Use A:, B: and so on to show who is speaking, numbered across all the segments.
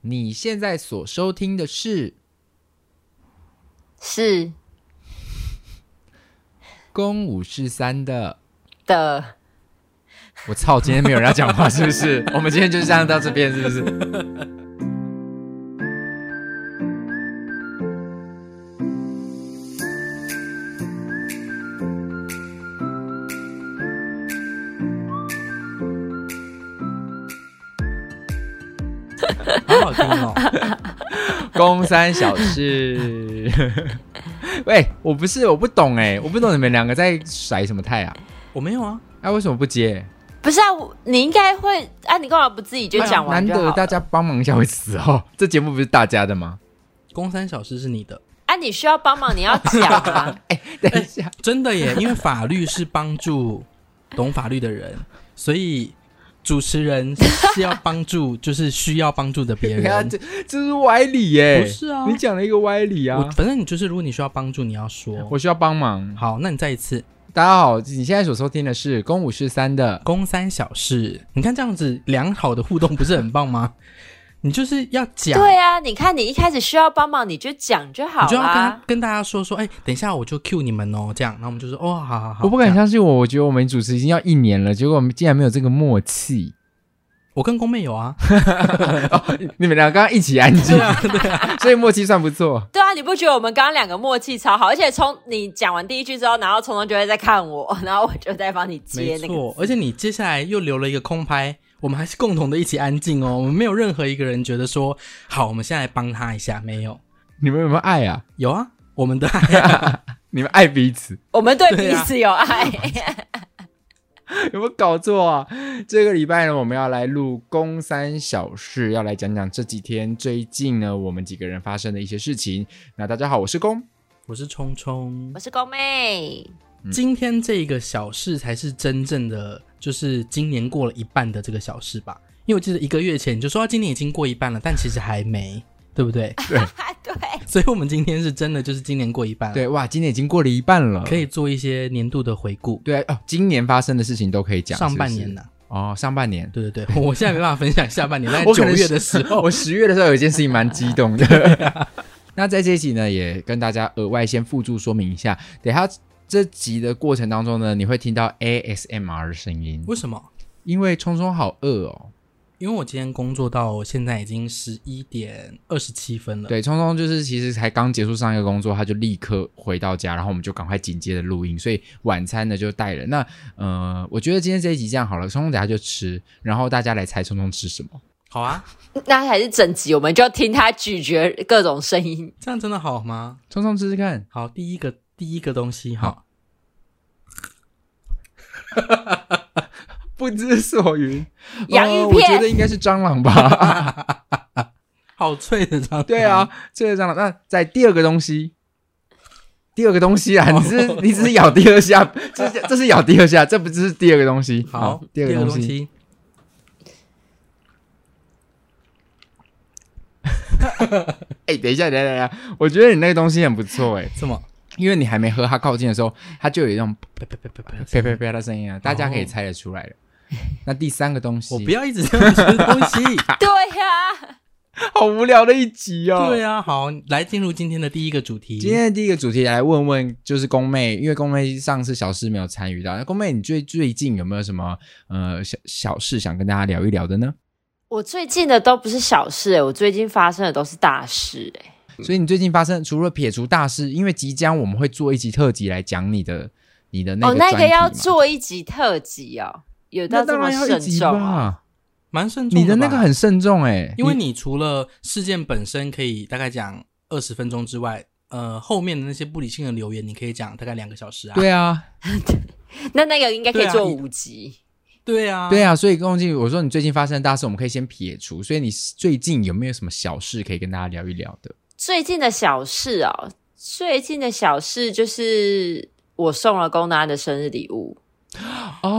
A: 你现在所收听的是《
B: 是
A: 公五十三》的。
B: 的，
A: 我操，今天没有人要讲话是不 是？我们今天就这样到这边是不是？
C: 好好听哦。
A: 公三小事。 喂，我不是，我不懂哎，我不懂你们两个在甩什么态啊？
C: 我没有啊，
A: 哎、为什么不接？
B: 不是啊？我你应该会啊？你干嘛不自己就讲完
A: 哎难
B: 就好
A: 得
B: 了？
A: 大家帮忙一下会死哦。这节目不是大家的吗？
C: 公三小时是你的，
B: 啊，你需要帮忙，你要讲啊。
A: 哎等一下，
C: 真的耶，因为法律是帮助懂法律的人，所以主持人是要帮助，就是需要帮助的别
A: 等一下，
C: 人
A: 这。这是歪理耶、
C: 啊不是啊
A: 你讲了一个歪理啊
C: 我。反正你就是，如果你需要帮助，你要说。
A: 我需要帮忙。
C: 好，那你再一次
A: 大家好，你现在所收听的是《公五十三》的，
C: 公三小事，你看这样子良好的互动不是很棒吗？ 你就是要 讲，
B: 对啊，你看你一开始需要帮忙，你就讲就好啊
C: 你就要跟他
B: 啦。
C: 跟大家说说，哎、等一下我就 cue 你们哦，这样，然后我们就说，哦，好好好，
A: 我不敢
C: 这样。
A: 相信我，我觉得我们主持已经要一年了，结果我们竟然没有这个默契。
C: 我跟公妹有啊，
A: 你们俩刚刚一起安静，
C: 对啊，
A: 所以默契算不错。
B: 对啊，你不觉得我们刚刚两个默契超好？而且从你讲完第一句之后，然后聪聪就会在看我，然后我就在帮你接
C: 没
B: 那个
C: 错。而且你接下来又留了一个空拍，我们还是共同的一起安静哦，我们没有任何一个人觉得说，好，我们现在来帮他一下，没有，
A: 你们有没有爱啊？
C: 有啊，我们的 爱啊、
A: 你们爱彼此，
B: 我们对
C: 对
B: 彼
C: 啊
B: 此有爱。
A: 有没有搞错啊？这个礼拜呢，我们要来录《公三小事》，要来讲讲这几天最近呢，我们几个人发生的一些事情。那大家好，我是公，
C: 我是冲冲
B: 我，是公妹，
A: 嗯
C: 今天这个小事才是真正的，就是今年过了一半的这个小事吧。因为我记得一个月前你就说、啊、今年已经过一半了，但其实还没，对不对？
B: 对，
C: 所以我们今天是真的就是今年过一半了，，
A: 对，啊哇，今年已经过了一半了，
C: 可以做一些年度的回顾，
A: 对哦，今年发生的事情都可以讲，
C: 上半
A: 是不是
C: 年呢、
A: 哦，上半年，
C: 对对对，我现在没办法分享 下半年，但
A: 我可
C: 九
A: 能
C: 月的时候，
A: 我十月的时候有一件事情蛮激动的。 那在这一集呢，也跟大家额外先附注说明一下，等一下这集的过程当中呢，你会听到 ASMR 的声音，
C: 为什么？
A: 因为聪聪好饿哦。
C: 因为我今天工作到现在已经十一点二十七分了，
A: 对，聪聪就是其实才刚结束上一个工作，他就立刻回到家，然后我们就赶快紧接着录音，所以晚餐呢就带了。那呃，我觉得今天这一集这样好了，聪聪等一下就吃，然后大家来猜聪聪吃什么。
C: 好啊，
B: 那还是整集，我们就听他咀嚼各种声音。
C: 这样真的好吗？
A: 聪聪吃吃看，
C: 好，第一个第一个东西哈，
A: 不知所云。
C: 哦
B: 洋
A: 呃
B: 芋
A: 我觉
B: 片
A: 得应该是蟑螂吧。
C: 好脆的张，
A: 对啊，，这个蟑螂。那在第二个东西，第二个东 西啊，你是你只是咬第二 下，这是这是咬第二下，这不只是第二个东西。
C: 好，
A: 第二个
C: 东
A: 东西，
C: 西。
A: 哎，等一下，等一下，等一下，我觉得你那个东西很不错哎，
C: 什么？
A: 因为你还没和它靠近的时候，它就有一种
C: 呸呸呸呸呸！
A: 啪啪啪的声音啊，大家可以猜得出 来的。那第三个东西，
C: 我不要一直这样吃东西。
B: 对啊呀、
A: 好无聊的一集哦。
C: 对啊，好，来进入今天的第一个主题。
A: 今天的第一个主题来问问，就是宫妹，因为宫妹上次小事没有参与到，那宫妹你最最近有没有什么呃小小事想跟大家聊一聊的呢？
B: 我最近的都不是小事、欸，我最近发生的都是大事、欸，
A: 所以你最近发生，除了撇除大事，因为即将我们会做一集特辑来讲你的你的那
B: 哦，
A: 个
B: 那
A: 专
B: 个
A: 题
B: 要
A: 嘛，
B: 做一集特辑哦，有
A: 那
B: 到这
A: 当
B: 么
A: 然要一
B: 慎
A: 集
B: 重啊？
A: 吧。
C: 蛮慎重
A: 你的
C: 吧
A: 那个很，慎重哎、
C: 因为你除了事件本身可以大概讲二十分钟之外，呃，后面的那些不理性的留言，你可以讲大概两个小时啊。
A: 对啊，
B: 那那个应该可以
C: 对啊
B: 做
C: 一
B: 五集，
C: 对啊，
A: 对，啊，所以宫崎，我说你最近发生的大事，我们可以先撇除。所以你最近有没有什么小事可以跟大家聊一聊的？
B: 最近的小事哦，最近的小事就是我送了龚南的生日礼物。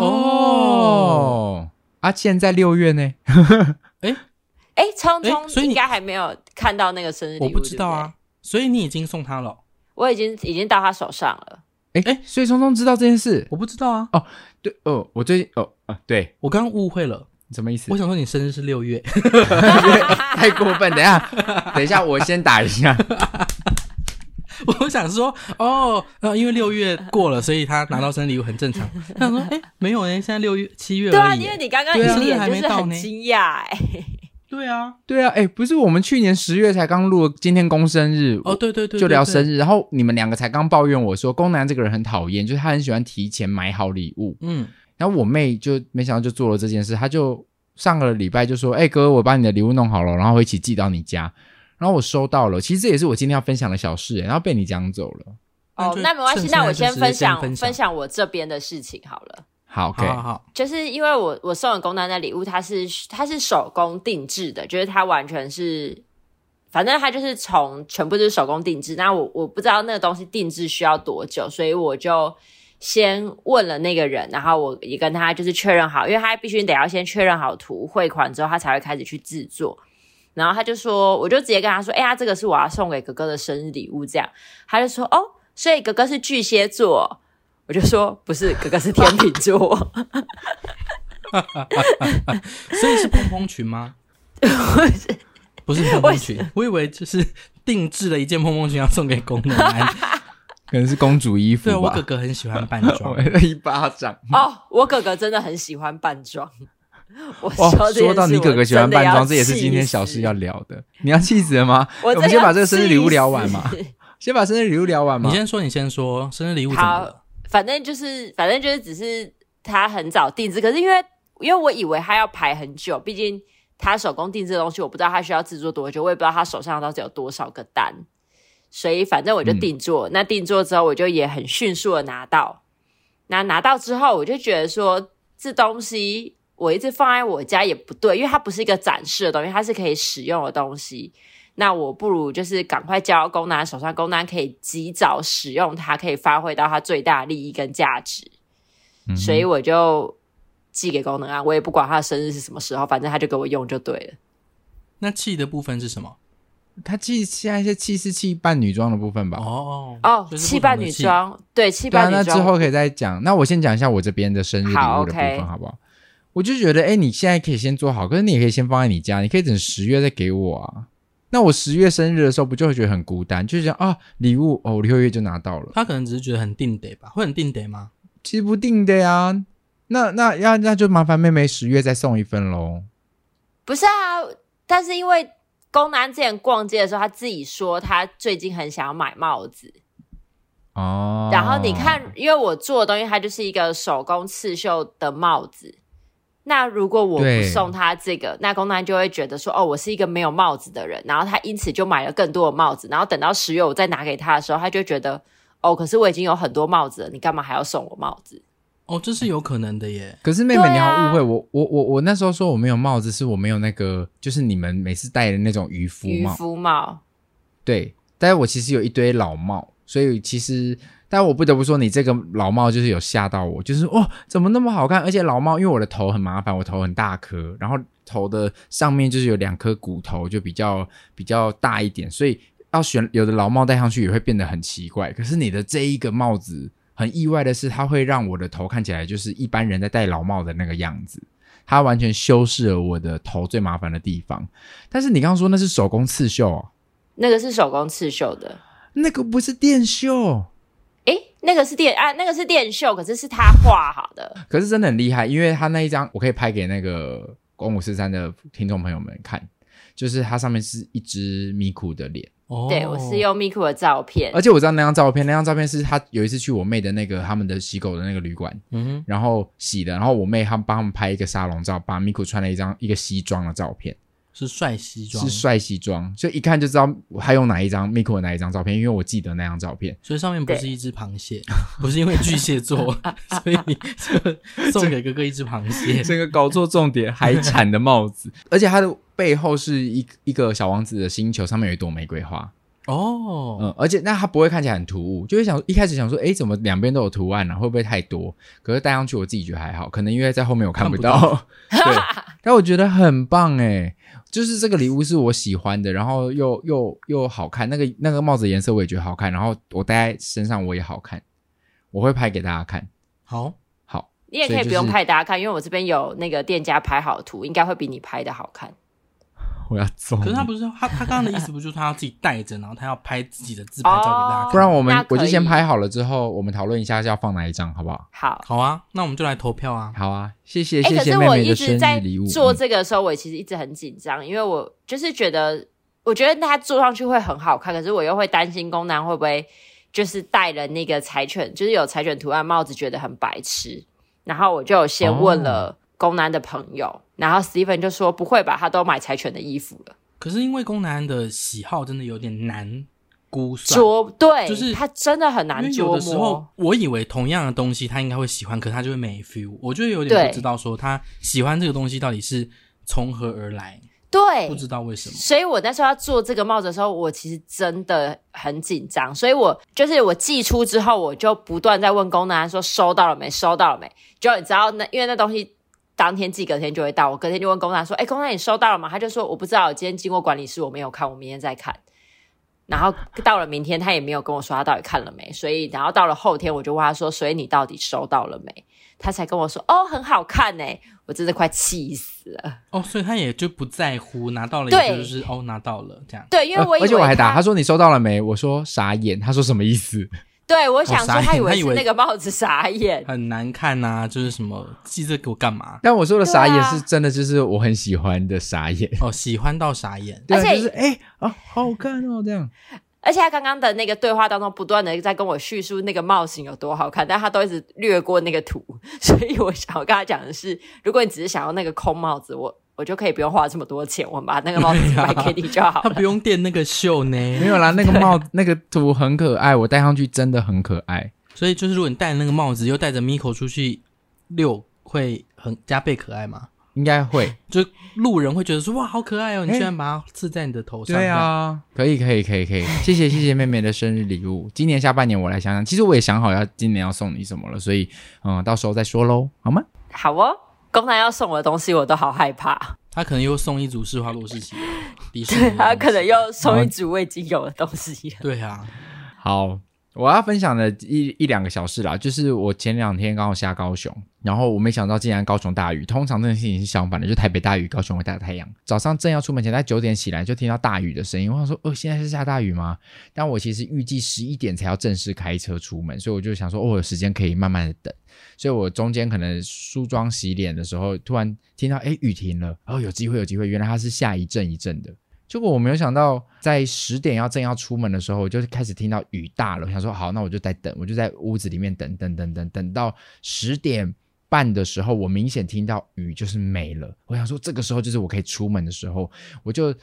A: 哦，啊，现在六月呢？
B: 哎，聪
C: 诶
B: 聪
C: 所以你
B: 应该还没有看到那个生日礼物，
C: 我不知道
B: 对
C: 啊
B: 对，，
C: 所以你已经送他了，哦
B: 我已经已经到他手上了。
A: 哎哎，所以聪聪知道这件事
C: 我。不知道啊，
A: 对，哦，我最近哦啊，对，
C: 我刚刚误会了，
A: 什么意思
C: 我？想说你生日是六月，
A: 太过分！等一下，等一下，我先打一下。
C: 我想说哦，呃，因为六月过了，所以他拿到生日礼物很 正常。他想说，哎、没有哎、现在六月七月
B: 对啊，
C: 而已
B: 因为
C: 耶、
B: 你刚刚一
C: 对啊
B: 脸
C: 还
B: 就
C: 没
B: 是
C: 到
B: 很
C: 呢
B: 惊讶哎、
C: 对啊，
A: 对啊，哎、不是我们去年十月才刚录，今天公生日
C: 哦，对对对
A: 就聊生
C: 日，
A: 日，然后你们两个才刚抱怨我说，宫南这个人很讨厌，就是他很喜欢提前买好礼物。
C: 嗯，
A: 然后我妹就没想到就做了这件事，她就上个礼拜就说：“哎、哥，我把你的礼物弄好了，然后我一起寄到你家。”然后我收到了，其实这也是我今天要分享的小事、哎然后被你讲走了。
B: 哦，
C: 就
B: 那没关系，
C: 趁现
B: 那
C: 在
B: 我
C: 就直接
B: 先分享
C: 分享
B: 分享我这边的事情好了。
A: 好，OK，
C: 好好好，
B: 就是因为我我送的工单的礼物，它是它是手工定制的，就是它完全是，反正它就是从全部都是手工定制。那我我不知道那个东西定制需要多久，所以我就先问了那个人，然后我也跟他就是确认好，因为他必须得要先确认好图汇款之后，他才会开始去制作。然后他就说，我就直接跟他说，哎、呀，这个是我要送给哥哥的生日礼物，这样。他就说，哦，所以哥哥是巨蟹座。我就说不是，哥哥是天秤座。
C: 所以是蓬蓬裙吗？ 不是，不是蓬蓬裙，我以为就是定制了一件蓬蓬裙要送给宫南。
A: 可能是公主衣服
C: 对，啊我
A: 吧
C: 哥。哥很喜欢扮装。
A: 我一巴掌。
B: 哦，我哥哥真的很喜欢扮装。我
A: 哇，
B: 说这件
A: 哦说到
B: 事
A: 你
B: 我
A: 哥哥喜欢
B: 真的
A: 扮
B: 要
A: 装，这也是
B: 气
A: 今天小事
B: 死
A: 要。聊的。你要气死了吗？
B: 我
A: 们
B: 真
A: 先
B: 要
A: 把这个生日礼物
B: 气
A: 聊完
B: 死
A: 嘛。先把生日礼物聊完嘛
C: 你。先说，你先说，生日礼物怎么了
B: 好？，反正就是，反正就是，只是他很早定制，可是因为因为我以为他要排很久，毕竟他手工定制的东西，我不知道他需要制作多久，我也不知道他手上到底有多少个单，所以反正我就
A: 嗯
B: 定做。那定做之后，我就也很迅速的拿到。那拿到之后，我就觉得说这东西我一直放在我家也不对，因为它不是一个展示的东西，它是可以使用的东西。那我不如就是赶快交到工男手上，工男可以及早使用它，可以发挥到它最大的利益跟价值。
A: 嗯
B: 所以我就寄给功能啊，我也不管他的生日是什么时候，反正他就给我用就对了。
C: 那气的部分是什么？
A: 他气现在是气是气扮女装的部分吧？
C: 哦
B: 哦，
C: 就是
B: 气
C: 不同
B: 扮
C: 的
B: 女
C: 气，
B: 装，对，气
A: 对啊，
B: 扮
A: 那
B: 女
A: 之
B: 装。
A: 后可以再讲。那我先讲一下我这边的生日礼
B: 好
A: 物的部分，
B: ，OK
A: 好不好？我就觉得，哎、你现在可以先做好，可是你也可以先放在你家，你可以等十月再给我啊。那我十月生日的时候，不就会觉得很孤单，就觉得啊，礼物哦，我六月就拿到了，
C: 他可能只是觉得很定得吧？会很定得吗？
A: 其实不定的呀。那那那那就麻烦妹妹十月再送一份喽。
B: 不是啊，但是因为宫南之前逛街的时候，他自己说他最近很想要买帽子。
A: 哦，
B: 然后你看，因为我做的东西它就是一个手工刺绣的帽子。那如果我不
A: 对
B: 送他这个，那宫南就会觉得说，哦，我是一个没有帽子的人，然后他因此就买了更多的帽子，然后等到十月我再拿给他的时候，他就觉得，哦，可是我已经有很多帽子了，你干嘛还要送我帽子？
C: 哦，这是有可能的耶。
A: 可是妹妹，
B: 对
A: 你
B: 啊
A: 好误会、我，我我我那时候说我没有帽子，是我没有那个，就是你们每次戴的那种渔夫
B: 渔
A: 帽。
B: 夫帽，
A: 对，但是我其实有一堆老帽，所以其实，但我不得不说，你这个老帽就是有吓到我，就是哦，怎么那么好看？而且老帽，因为我的头很麻烦，我头很大颗，然后头的上面就是有两颗骨头，就比较比较大一点，所以要选有的老帽戴上去也会变得很奇怪。可是你的这一个帽子，很意外的是，它会让我的头看起来就是一般人在戴老帽的那个样子。它完全修饰了我的头最麻烦的地方，但是你刚刚说那是手工刺绣哦，
B: 那个是手工刺绣的，
A: 那个不是电绣，
B: 诶，那个是电啊，那个是电绣，可是是他画好的。
A: 可是真的很厉害，因为他那一张我可以拍给那个光五四三的听众朋友们看，就是它上面是一只咪咕的脸，
C: 哦，
B: 对，我是用 Miku 的照片
A: 而，且我知道那张照片，那张照片是他有一次去我妹的那个他们的洗狗的那个旅馆，
C: 嗯
A: 然后洗的，然后我妹他们帮他们拍一个沙龙照，把咪咕穿了一张一个西装的照片。
C: 哼，是帅西装，
A: 是，帅西装，所以一看就知道他用哪一张 Miku 的哪一张照片，因为我记得那张照片。
C: 所以上面不是一只螃蟹， 不是因为巨蟹 座，所以就 送给哥哥一只螃 蟹。
A: 整个搞错重点，海产的帽子， 而且它的背后是一一个小王子的星球，上面有一朵玫瑰花。
C: 哦，
A: 嗯，而且那它不会看起来很突兀，就会想一开始想说，诶，怎么两边都有图案啊？会不会太多？可是戴上去我自己觉得还好，可能因为在后面我看不到。
C: 看 不
A: 对，但我觉得很棒诶，就是这个礼物是我喜欢的，然后又又又好看，那个那个帽子颜色我也觉得好看，然后我戴在身上我也好看，我会拍给大家看。
C: 好，
A: 好，
B: 你也可
A: 所以
B: 以
A: 就
B: 不用
A: 是
B: 拍大家看，因为我这边有那个店家拍好图，应该会比你拍的好看。
A: 我要走了。
C: 可是他不是他他刚刚的意思不就是他要自己带着，然后他要拍自己的自拍照给大家看？
B: 哦
A: 不然我
B: 那
A: 们
B: 可
A: 我就先
B: 以
A: 拍好了之后，我们讨论一下要放哪一张，好不好？
B: 好，
C: 好啊，那我们就来投票啊。
A: 好啊，谢谢、
B: 哎、
A: 谢
B: 可
A: 谢
B: 是
A: 妹
B: 我
A: 妹
B: 一
A: 的生
B: 直在
A: 日礼物。
B: 做
A: 嗯
B: 这个的时候，我其实一直很紧张，因为我就是觉得，我觉得它坐上去会很好看，可是我又会担心宫男会不会就是戴了那个柴犬，就是有柴犬图案帽子，觉得很白痴。然后我就有
A: 哦
B: 先问了宫男的朋友，然后 Steven 就说不会吧，他都买柴犬的衣服了，
C: 可是因为宫南的喜好真的有点难估算，
B: 捉对，
C: 就是
B: 他真的很
C: 因为
B: 难
C: 有
B: 捉
C: 的时候
B: 摸。
C: 我以为同样的东西他应该会喜欢，可他就会没 feel，我就有点
B: 对
C: 不知道说他喜欢这个东西到底是从何而来，
B: 对，
C: 不知道为什么。
B: 所以我那时候要做这个帽子的时候，我其实真的很紧张，所以我就是我寄出之后，我就不断在问工男说收到了没，收到了没。就你知道那因为那东西当天寄，隔天就会到，我隔天就问工男说，哎、工男你收到了吗？他就说我不知道，我今天经过管理室我没有看，我明天再看。然后到了明天，他也没有跟我说他到底看了没，所以然后到了后天，我就问他说，所以你到底收到了没？他才跟我说，哦，很好看呢、我真的快气死了。
C: 哦，所以他也就不在乎拿到了，
B: 对
C: 也就是哦拿到了这样。
B: 对，因为
A: 呃
B: 我以为、
A: 而且我还打，他说你收到了没？我说傻眼，他说什么意 思？
B: 对，我想
C: 哦
B: 说
C: 傻眼
B: 他以为
C: 他以为
B: 是那个帽子傻眼，
C: 很难看呐、就是什么寄这给我干嘛？
A: 但我说的
B: 对
A: 傻眼
B: 啊
A: 是真的，就是我很喜欢的傻眼。
C: 哦，喜欢到傻眼。
A: 对啊，
B: 而且
A: 就是哎、啊，好好看哦，这样。
B: 而且他刚刚的那个对话当中，不断的在跟我叙述那个帽型有多好看，但他都一直略过那个图， 所以我想要跟他讲的是，如果你只是想要那个空帽子，我我就可以不用花这么多钱，我把那个帽子买给你就好
C: 他
B: 了。
C: 不用垫那个袖呢，
A: 没有啦，那个 帽那个图很可爱，我戴上去真的很可爱。
C: 所以就是如果你戴那个帽子，又带着 Miko 出去遛，会很加倍可爱吗？
A: 应该会，
C: 就路人会觉得说哇，好可爱哦！你
A: 哎
C: 居然把它刺在你的头上，
A: 对啊，可以，可以，可以，可以，谢谢，谢谢妹妹的生日礼物。今年下半年我来想想，其实我也想好要今年要送你什么了，所以嗯，到时候再说喽，好吗？
B: 好哦，工男要送我的东西，我都好害怕，
C: 这样，他可能又送一组施华洛世奇的迪士尼的东西，
B: 他可能又送一组我已经有的东西了。
C: 对啊，
A: 好，我要分享的一一两个小事啦，就是我前两天刚好下高雄，然后我没想到竟然高雄大雨。通常这件事情是相反的，就台北大雨，高雄会大太阳。早上正要出门前，在九点起来就听到大雨的声音，我想说，哦，现在是下大雨吗？但我其实预计十一点才要正式开车出门，所以我就想说，哦，我有时间可以慢慢的等。所以我中间可能梳妆洗脸的时候，突然听到，哎，雨停了，哦，有机会，有机会，原来它是下一阵一阵的。结果我没有想到，在十点要正要出门的时候，我就开始听到雨大了。我想说好，那我就在等，我就在屋子里面等等等等，等到十点半的时候，我明显听到雨就是没了。我想说这个时候就是我可以出门的时候，我就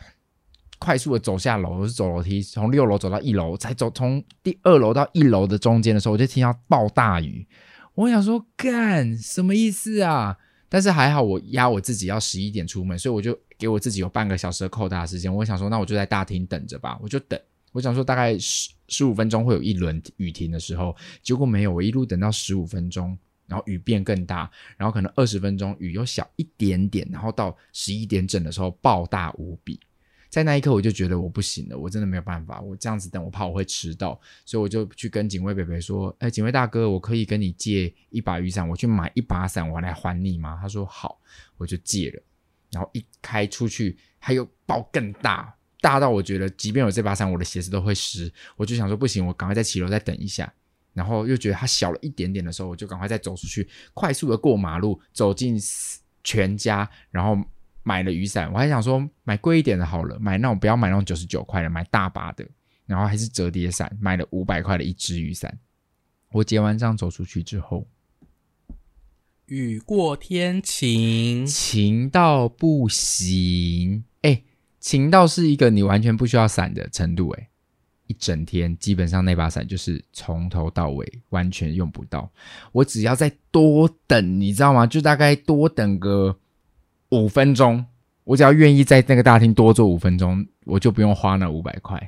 A: 快速的走下楼，我是走楼梯，从六楼走到一楼，才走从第二楼到一楼的中间的时候，我就听到暴大雨。我想说干什么意思啊？但是还好我压我自己要十一点出门，所以我就给我自己有半个小时的扣打时间。我想说，那我就在大厅等着吧，我就等。我想说大概十十五分钟会有一轮雨停的时候，结果没有，我一路等到十五分钟，然后雨变更大，然后可能二十分钟雨又小一点点，然后到十一点整的时候爆大无比。在那一刻，我就觉得我不行了，我真的没有办法，我这样子等，我怕我会迟到，所以我就去跟警卫北北说：“哎，警卫大哥，我可以跟你借一把雨伞，我去买一把伞，我来还你吗？”他说：“好。”我就借了，然后一开出去，它又爆更大，大到我觉得即便有这把伞，我的鞋子都会湿。我就想说不行，我赶快在骑楼再等一下。然后又觉得它小了一点点的时候，我就赶快再走出去，快速的过马路，走进全家，然后买了雨伞。我还想说买贵一点的好了，买那种不要买那种九十九块的，买大把的。然后还是折叠伞，买了五百块的一只雨伞。我结完账走出去之后，
C: 雨过天晴，
A: 晴到不行。哎、晴到是一个你完全不需要伞的程度、欸，哎，一整天基本上那把伞就是从头到尾完全用不到。我只要再多等，你知道吗？就大概多等个五分钟，我只要愿意在那个大厅多坐五分钟，我就不用花那五百块。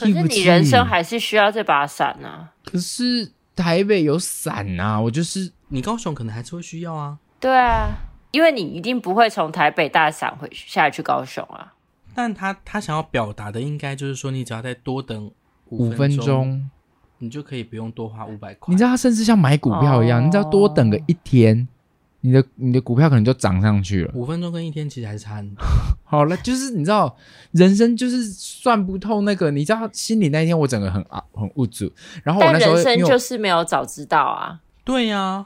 B: 可
A: 可
B: 是你人生还是需要这把伞啊。
A: 可是台北有伞啊，我就是
C: 你高雄可能还是会需要啊，
B: 对啊，因为你一定不会从台北大伞回去下去高雄啊。
C: 但他他想要表达的应该就是说，你只要再多等
A: 五分
C: 钟，
A: 钟，
C: 你就可以不用多花五百块。
A: 你知道它甚至像买股票一样，
B: 哦
A: 你只要多等个一天，你的你的股票可能就涨上去了。
C: 五分钟跟一天其实还是差很多。
A: 好了，就是你知道，人生就是算不透那个，你知道，心里那一天我整个很啊很无助，
C: 哦
A: 然后我
B: 但
A: 那时候
B: 人生
A: 因为我
B: 就是没有早知道啊。
C: 对呀、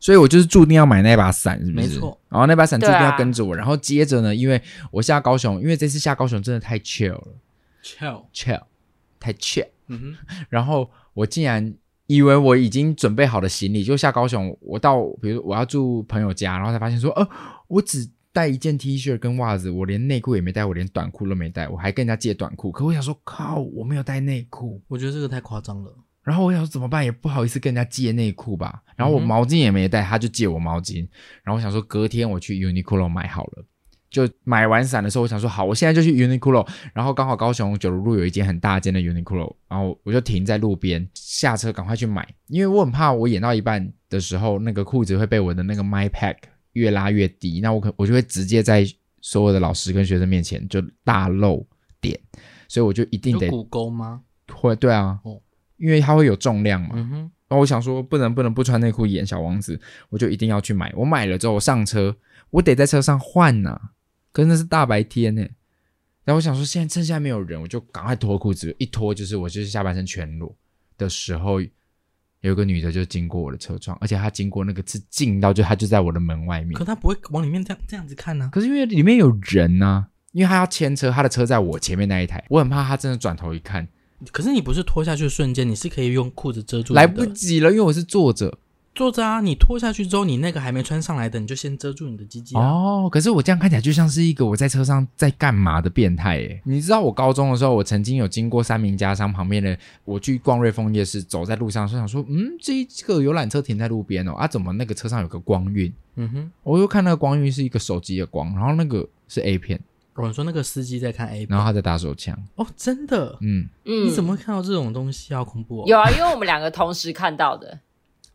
A: 所以我就是注定要买那把伞，是不是？
C: 没错。
A: 然后那把伞注
B: 对啊
A: 定要跟着我，然后接着呢，因为我下高雄，因为这次下高雄真的太 chill 了
C: chill，
A: ，chill，太 chill。
C: 嗯哼，
A: 然后我竟然以为我已经准备好了行李，就下高雄，我到比如我要住朋友家，然后才发现说，呃，我只带一件 T 恤跟袜子，我连内裤也没带，我连短裤都没带，我还跟人家借短裤。可我想说，靠，我没有带内裤。
C: 我觉得这个太夸张了。
A: 然后我想说怎么办，也不好意思跟人家借内裤吧。然后我
C: 嗯哼
A: 毛巾也没带，他就借我毛巾。然后我想说隔天我去 Uniqlo 买好了。就买完伞的时候，我想说好，我现在就去 Uniqlo。然后刚好高雄九如路有一间很大间的 Uniqlo，然后我就停在路边，下车赶快去买，因为我很怕我演到一半的时候，那个裤子会被我的那个 My Pack 越拉越低，那我可我就会直接在所有的老师跟学生面前就大露点，所以我就一定
C: 有
A: 得
C: 骨沟吗？
A: 会对啊，
C: 哦
A: 因为它会有重量嘛。
C: 嗯哼，
A: 然后我想说，不能不能不穿内裤演小王子，我就一定要去买。我买了之后，我上车，我得在车上换呐、可是那是大白天呢、然后我想说，现在趁现在没有人，我就赶快脱裤子，一脱就是我就是下半身全裸的时候，有一个女的就经过我的车窗，而且她经过那个是近到就她就在我的门外面
C: 可。他不会往里面这样这样子看啊呢、
A: 可是因为里面有人呐、因为她要牵车，她的车在我前面那一台，我很怕她真的转头一看，
C: 可是你不是脱下去的瞬间，你是可以用裤子遮住你的。
A: 来不及了，因为我是坐着。
C: 坐着啊，你脱下去之后，你那个还没穿上来的，你就先遮住你的鸡鸡啊。
A: 哦，可是我这样看起来就像是一个我在车上在干嘛的变态耶！你知道我高中的时候，我曾经有经过三明家商旁边的，我去逛瑞丰夜市，走在路上，就想说，嗯，这这个游览车停在路边哦，啊，怎么那个车上有个光晕？
C: 嗯哼，
A: 我又看那个光晕是一个手机的光，然后那个是 A 片，
C: 我说那个司机在看 A
A: 然
C: 片
A: 后他在打手枪，
C: 哦，真的？
A: 嗯，
B: 嗯，
C: 你怎么会看到这种东西啊？好恐怖哦！
B: 有啊？因为我们两个同时看到的，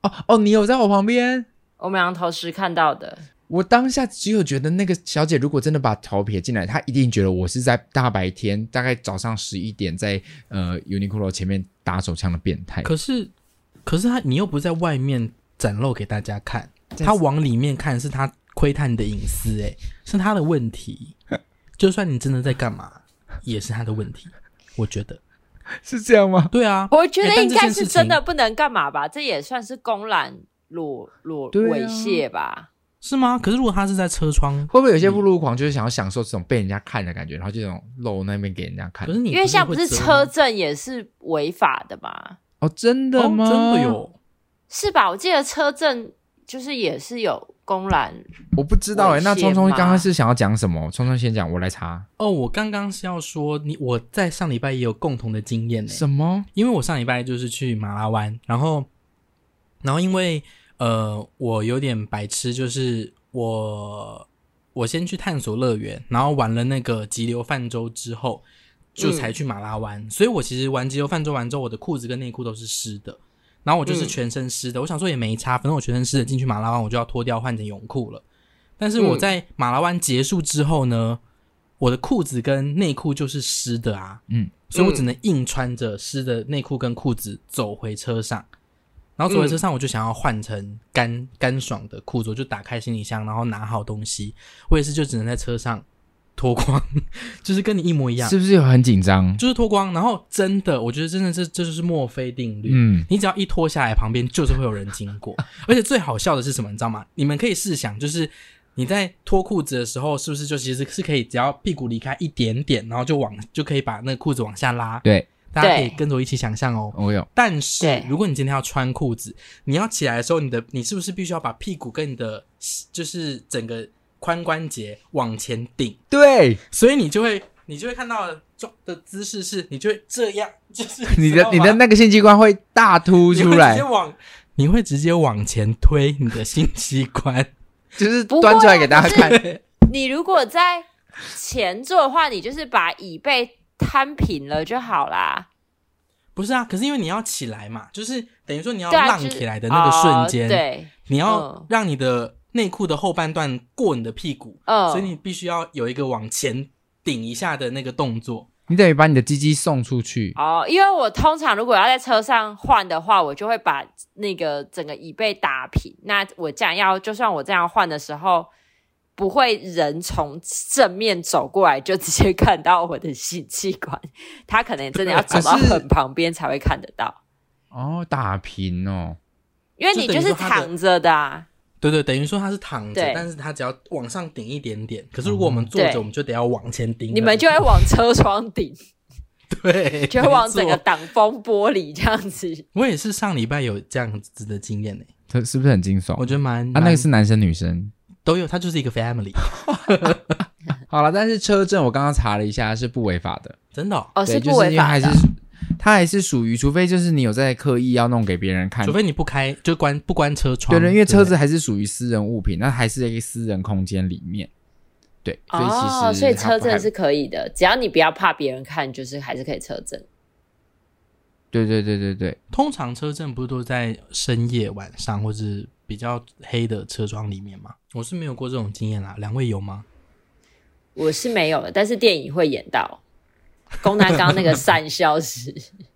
A: 哦哦，你有在我旁边。
B: 我们两个同时看到的。
A: 我当下只有觉得，那个小姐如果真的把头撇进来，她一定觉得我是在大白天，大概早上十一点在呃 Uniqlo 前面打手枪的变态。
C: 可是，可是他你又不是在外面展露给大家看，
A: 在
C: 他往里面看是他窥探你的隐私、欸，是他的问 题。就算你真的在干嘛，也是他的问题。我觉得，
A: 是这样吗？
C: 对啊，
B: 我觉得
C: 欸但
B: 应
C: 这
B: 该
C: 件
B: 是
C: 事
B: 真的
C: 情
B: 不能干嘛吧？这也算是公然裸裸
A: 对啊
B: 猥亵吧？
C: 是吗？可是如果他是在车窗，
A: 会不会有些不露狂就是想要享受这种被人家看的感觉，然后就这种露那边给人家看
C: 可？是你
B: 因为现在不
C: 不
B: 是
C: 会遮
B: 车
C: 吗
B: 震也是违法的嘛？
A: 哦，真的吗？
C: 哦，真的？有，
B: 是吧？我记得车震就是也是有公然，
A: 我不知道哎、
B: 猥亵
A: 那聪聪
B: 吗
A: 刚刚是想要讲什么？聪聪先讲，我来查。
C: 哦，我刚刚是要说你，我在上礼拜也有共同的经验呢、
A: 什么？
C: 因为我上礼拜就是去马拉湾，然后，然后因为呃，我有点白痴，就是我我先去探索乐园，然后玩了那个急流泛舟之后，就
B: 嗯
C: 才去马拉湾，所以我其实玩急流泛舟完之后，我的裤子跟内裤都是湿的，然后我就是
B: 嗯
C: 全身湿的，我想说也没差，反正我全身湿的进去马拉湾，我就要脱掉换成泳裤了。但是我
B: 嗯
C: 在马拉湾结束之后呢，我的裤子跟内裤就是湿的啊，
A: 嗯，
C: 所以我只能硬穿着湿的内裤跟裤子走回车上，然
B: 嗯
C: 后走回车上我就想要换成干干爽的裤子，我就打开行李箱，然后拿好东西，我也是就只能在车上脱光， 就是跟你一模一样，
A: 是不是有很紧张？
C: 就是脱光，然后真的，我觉得真的这这就是墨菲定律，
A: 嗯，
C: 你只要一脱下来，旁边就是会有人经过。 而且最好笑的是什么，你知道吗？你们可以试想，就是你在脱裤子的时候，是不是就其实是可以只要屁股离开一点点，然后就往就可以把那个裤子往下拉？
A: 对，
C: 大家可以
B: 对
C: 跟着我一起想象哦。
A: 我有。
C: 但是
B: 对
C: 如果你今天要穿裤子，你要起来的时候，你的你是不是必须要把屁股跟你的就是整个髋关节往前顶，
A: 对，
C: 所以你就会你就会看到状的姿势是，你就会这样， 就是
A: 你
C: 知
A: 的
C: 道吗
A: 你的那个性器官会大凸
C: 你
A: 出
C: 会直
A: 来
C: 接，往你会直接往前推你的性器官，
A: 就是
B: 不会
A: 端出来
B: 啊
A: 给大家
B: 可是
A: 看。
B: 你如果在前座的话，你就是把椅背摊平了就好啦。
C: 不是啊？可是因为你要起来嘛，就是等于说你要
B: 对啊，
C: 哦浪
B: 就是
C: 起来的那个瞬间，
B: 哦对，
C: 你要
B: 嗯
C: 让你的内裤的后半段过你的屁股，
B: 嗯，
C: 所以你必须要有一个往前顶一下的那个动作。
A: 你等于把你的鸡鸡送出去，
B: 哦，因为我通常如果要在车上换的话，我就会把那个整个椅背打平。那我这样要，就算我这样换的时候，不会人从正面走过来就直接看到我的性器官，他可能真的要走 到
A: 可是
B: 很旁边才会看得到，
A: 哦，打平哦，
B: 因为你
C: 就等于
B: 是
C: 说他的
B: 躺着的啊。
C: 对对，等于说它是躺着
B: 对，嗯
C: 但是它只要往上顶一点点。可是如果我们坐
B: 对
C: 着，我们就得要往前顶很多。
B: 你们就会往车窗顶，
C: 对，
B: 就会往
C: 没错
B: 整个挡风玻璃这样子。
C: 我也是上礼拜有这样子的经验呢、欸
A: 这是不是很惊悚？
C: 我觉得蛮
A: 啊，那
C: 蛮
A: 个是男生女生。
C: 都有，它就是一个 family，
A: 好了，但是车震我刚刚查了一下是不违法的，
C: 真的哦、
B: 哦，
A: 对，
B: 是
A: 就
B: 不
A: 是因
B: 违
A: 为
B: 法
A: 还
B: 的
A: 是。它还是属于，除非就是你有在刻意要弄给别人看，
C: 除非你不开就关不关车窗，
A: 对对，因为
C: 不
A: 车子还是属于私人物品，那还是在一个私人空间里面，对，所以其实、
B: 哦，所以车
A: 震
B: 震是可以的，只要你不要怕别人看，就是还是可以车震。
A: 对对对对对，
C: 通常车震不是都在深夜晚上或是比较黑的车窗里面吗？我是没有过这种经验啦，两位 有吗？
B: 我是没有的，但是电影会演到。宫南刚那个善消失，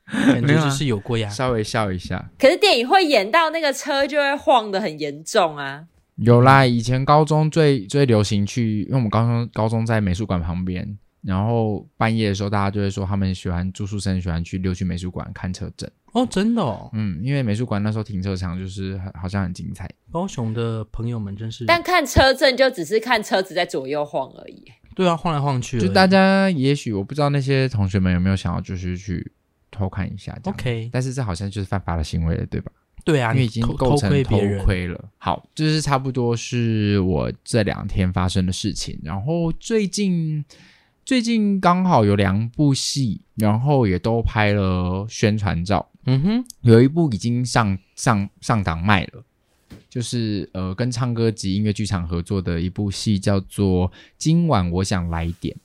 C: 感
A: 没
C: 觉
A: 有啊
C: 就是有过呀。
A: 稍微笑一下，
B: 可是电影会演到那个车就会晃得很严重啊。
A: 有啦，以前高中最最流行去，因为我们高中高中在美术馆旁边，然后半夜的时候大家就会说他们喜欢住宿生喜欢去溜去美术馆看车震，
C: 哦，真的哦，
A: 嗯，因为美术馆那时候停车场就是很好像很精彩，
C: 高雄的朋友们真是，
B: 但看车震就只是看车子在左右晃而已。
C: 对啊，晃来晃去而已，
A: 就大家也许我不知道那些同学们有没有想要就是去偷看一下这样
C: OK，
A: 但是这好像就是犯法的行为了，对吧？
C: 对啊，
A: 因为
C: 你
A: 已经
C: 偷
A: 构
C: 偷
A: 成
C: 窥
A: 偷
C: 别人，
A: 窥了。好，这、是差不多是我这两天发生的事情。然后最近最近刚好有两部戏，然后也都拍了宣传照，
C: 嗯哼，
A: 有一部已经上上上档卖了。就是呃，跟唱歌及音乐剧场合作的一部戏，叫做《今晚我想来点》。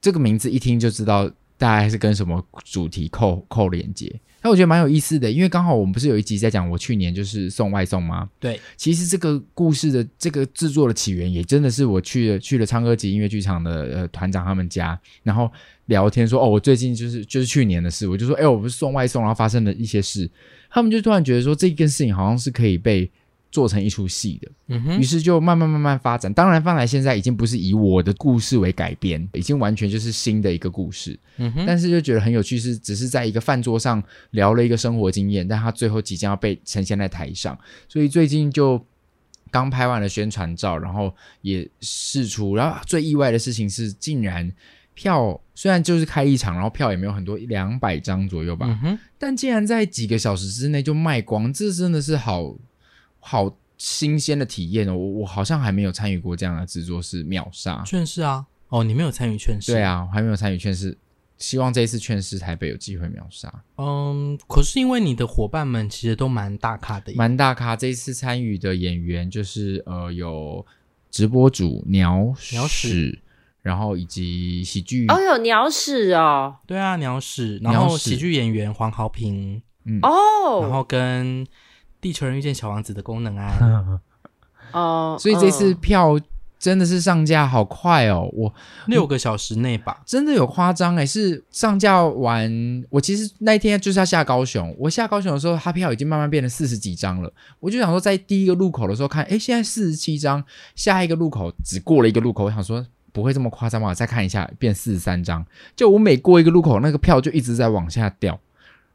A: 这个名字一听就知道大概是跟什么主题扣扣连接。那我觉得蛮有意思的，因为刚好我们不是有一集在讲我去年就是送外送吗？
C: 对，
A: 其实这个故事的这个制作的起源，也真的是我去了去了唱歌及音乐剧场的呃团长他们家，然后聊天说哦，我最近就是就是去年的事，我就说哎、我不是送外送，然后发生了一些事，他们就突然觉得说这件事情好像是可以被做成一出戏的，
C: 嗯哼
A: 于，是就慢慢慢慢发展。当然，放来现在已经不是以我的故事为改编，已经完全就是新的一个故事。
C: 嗯哼，
A: 但是就觉得很有趣，是只是在一个饭桌上聊了一个生活经验，但他最后即将要被呈现在台上，所以最近就刚拍完了宣传照，然后也试出，然后最意外的事情是，竟然票虽然就是开一场，然后票也没有很多，两百张左右吧，
C: 嗯哼，
A: 但竟然在几个小时之内就卖光，这真的是好好新鲜的体验哦！我我好像还没有参与过这样的制作，是秒杀。
C: 劝世啊，哦，你没有参与劝世，
A: 对，啊，我还没有参与劝世，希望这一次劝世台北有机会秒杀，
C: 嗯，可是因为你的伙伴们其实都蛮大咖的耶，
A: 蛮大咖。这一次参与的演员就是呃有直播主鸟屎，
C: 鸟屎
A: 然后以及喜剧、
B: 哦，有鸟屎哦，
C: 对啊，鸟屎，
A: 鸟
C: 然后
A: 屎
C: 喜剧演员黄豪平，然
B: 哦
C: 后跟《地球人遇见小王子》的功 能啊，
B: 哦，
A: 所以这次
B: 嗯
A: 票真的是上架好快哦，我
C: 六个小时内吧，
A: 真的有夸张哎，是上架完，我其实那一天就是要下高雄，我下高雄的时候，他票已经慢慢变成四十几张了，我就想说在第一个路口的时候看，哎，现在四十七张，下一个路口只过了一个路口，我想说不会这么夸张吧，再看一下变四十三张，就我每过一个路口，那个票就一直在往下掉。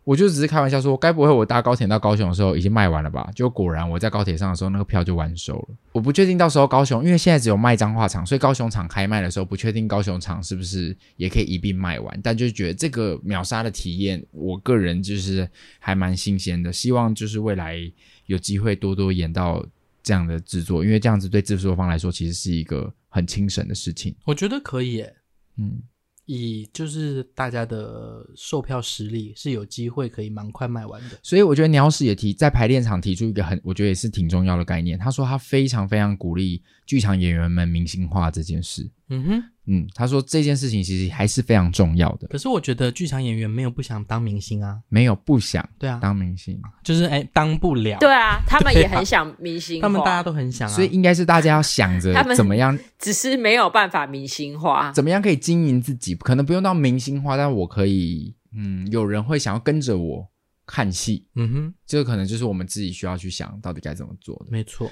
A: 我就只是开玩笑说，该不会我搭高铁到高雄的时候已经卖完了吧？就果然我在高铁上的时候，那个票就完售了。我不确定到时候高雄，因为现在只有卖彰化场，所以高雄场开卖的时候，不确定高雄场是不是也可以一并卖完。但就是觉得这个秒杀的体验，我个人就是还蛮新鲜的，希望就是未来有机会多多演到这样的制作，因为这样子对制作方来说其实是一个很轻省的事情。
C: 我觉得可以耶，
A: 嗯，
C: 以就是大家的售票实力是有机会可以蛮快卖完的。
A: 所以我觉得鸟屎也提在排练场提出一个很，我觉得也是挺重要的概念。他说他非常非常鼓励剧场演员们明星化这件事。
C: 嗯哼，
A: 嗯，他说这件事情其实还是非常重要的，
C: 可是我觉得剧场演员没有不想当明星啊，
A: 没有不想
C: 对啊，
A: 当明星，
C: 就是哎当不了，
B: 对啊，他们也很想明星化，
C: 他们大家都很想啊，
A: 所以应该是大家要想着
B: 他们
A: 怎么样
B: 只是没有办法明星化。
A: 怎么样可以经营自己，可能不用到明星化，但我可以，嗯，有人会想要跟着我看戏，
C: 嗯哼，
A: 这个可能就是我们自己需要去想到底该怎么做的。
C: 没错，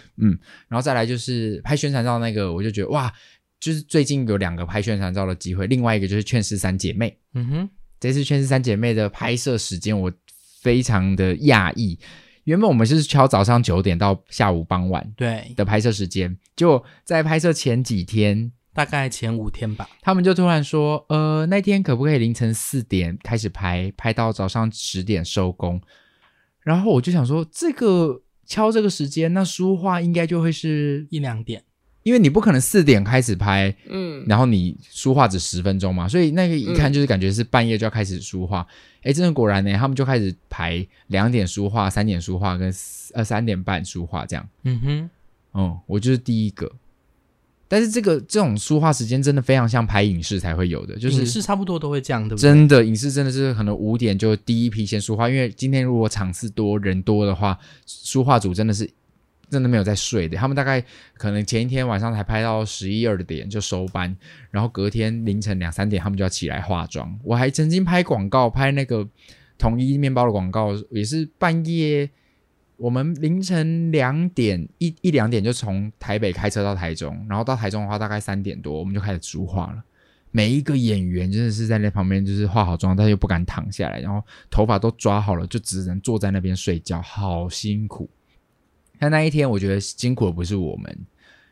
A: 然后再来就是拍宣传照那个，我就觉得哇，就是最近有两个拍宣传照的机会，另外一个就是《劝世三姐妹》。
C: 嗯哼，
A: 这次《劝世三姐妹》的拍摄时间，我非常的讶异。原本我们是敲早上九点到下午傍晚
C: 对，
A: 的拍摄时间，就在拍摄前几天，
C: 大概前五天吧，
A: 他们就突然说，呃，那天可不可以凌晨四点开始拍，拍到早上十点收工？然后我就想说，这个敲这个时间，那书画应该就会是，
C: 一两点，
A: 因为你不可能四点开始拍，
B: 嗯，
A: 然后你书画只十分钟嘛，所以那个一看就是感觉是半夜就要开始书
C: 嗯
A: 画。哎、真的果然呢，他们就开始排两点书画、三点书画跟四呃三点半书画这样。
C: 嗯哼，
A: 嗯，我就是第一个。但是这个这种书画时间真的非常像拍影视才会有的，就
C: 影
A: 是
C: 视差不多都会这样，对不对？
A: 真的影视真的是可能五点就第一批先书画，因为今天如果场次多人多的话，书画组真的是真的没有在睡的，他们大概可能前一天晚上才拍到十一二点就收班，然后隔天凌晨两三点他们就要起来化妆。我还曾经拍广告，拍那个统一面包的广告，也是半夜。我们凌晨两点一一两点就从台北开车到台中，然后到台中的话大概三点多我们就开始书画了。每一个演员真的是在那旁边，就是化好妆，但又不敢躺下来，然后头发都抓好了，就只能坐在那边睡觉，好辛苦。但那一天，我觉得辛苦的不是我们，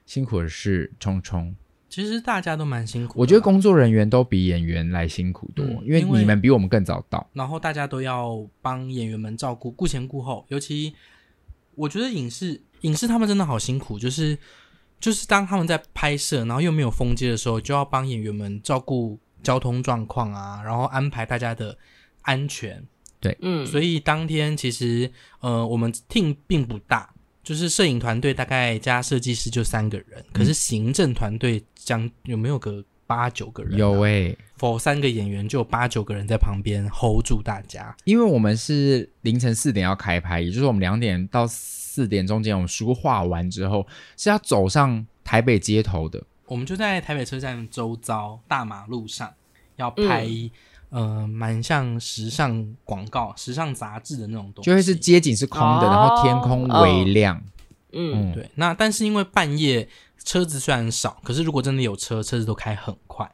A: 辛苦的是冲冲。
C: 其实大家都蛮辛苦的啦，
A: 我觉得工作人员都比演员来辛苦多，
C: 嗯
A: 因为
C: 因为
A: 你们比我们更早到。
C: 然后大家都要帮演员们照顾，顾前顾后。尤其我觉得影视影视他们真的好辛苦，就是就是当他们在拍摄，然后又没有封街的时候，就要帮演员们照顾交通状况啊，然后安排大家的安全。
B: 嗯，
C: 所以当天其实呃，我们 team 并不大，就是摄影团队大概加设计师就三个人，可是行政团队将有没有个八九个人啊、
A: 有欸
C: 诶，
A: 诶、
C: 否三个演员就有八九个人在旁边 hold 住大家。
A: 因为我们是凌晨四点要开拍，也就是我们两点到四点中间，我们书画完之后是要走上台北街头的。
C: 我们就在台北车站周遭大马路上要拍，
A: 嗯
C: 呃，蛮像时尚广告、时尚杂志的那种东西，
A: 就会是街景是空的，
B: 哦
A: 然后天空微亮。
B: 嗯
A: 嗯，
C: 对。那但是因为半夜车子虽然少，可是如果真的有车，车子都开很快，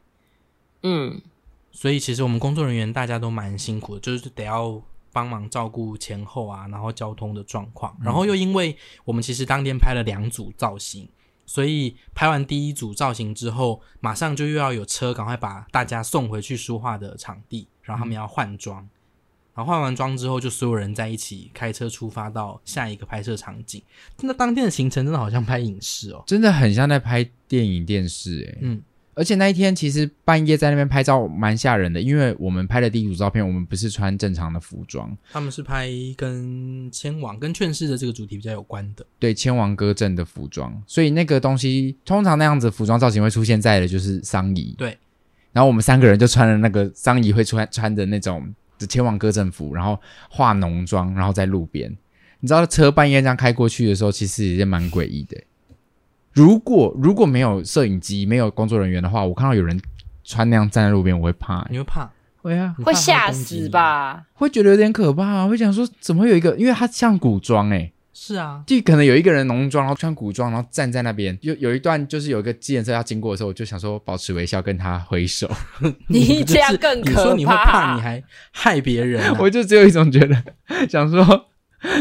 B: 嗯，
C: 所以其实我们工作人员大家都蛮辛苦的，就是得要帮忙照顾前后啊，然后交通的状况，然后又因为我们其实当天拍了两组造型。所以拍完第一组造型之后，马上就又要有车赶快把大家送回去书画的场地，然后他们要换装，然后换完妆之后，就所有人在一起开车出发到下一个拍摄场景。那当天的行程真的好像拍影视哦，
A: 真的很像在拍电影电视哎、
C: 嗯，
A: 而且那一天其实半夜在那边拍照蛮吓人的，因为我们拍的第一组照片，我们不是穿正常的服装，
C: 他们是拍跟千网跟劝世的这个主题比较有关的。
A: 对，千王歌阵的服装，所以那个东西通常那样子服装造型会出现在的就是丧仪，
C: 对。
A: 然后我们三个人就穿了那个丧仪会穿穿的那种千王歌阵服，然后化浓妆，然后在路边，你知道车半夜这样开过去的时候，其实也是蛮诡异的。欸如果如果没有摄影机、没有工作人员的话，我看到有人穿那样站在路边，我会怕、
C: 你会怕？
A: 会啊，
C: 你怕
B: 会
C: 他
B: 吓
C: 攻击
B: 死
C: 你？
B: 吧？
A: 会觉得有点可怕、啊，会想说怎么会有一个，因为它像古装哎、
C: 是啊，
A: 就可能有一个人浓妆，然后穿古装，然后站在那边。有有一段就是有一个计程车要经过的时候，我就想说保持微笑跟他挥 手，
B: 你这样更
C: 你
B: 可怕。
C: 说你会怕，你还害别人、啊，
A: 我就只有一种觉得想说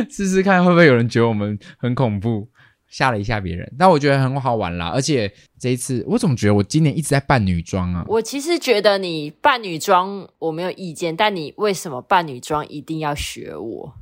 A: 试试看会不会有人觉得我们很恐怖，吓了一下别人。但我觉得很好玩啦，而且这一次我总觉得我今年一直在扮女装啊。
B: 我其实觉得你扮女装我没有意见，但你为什么扮女装一定要学我？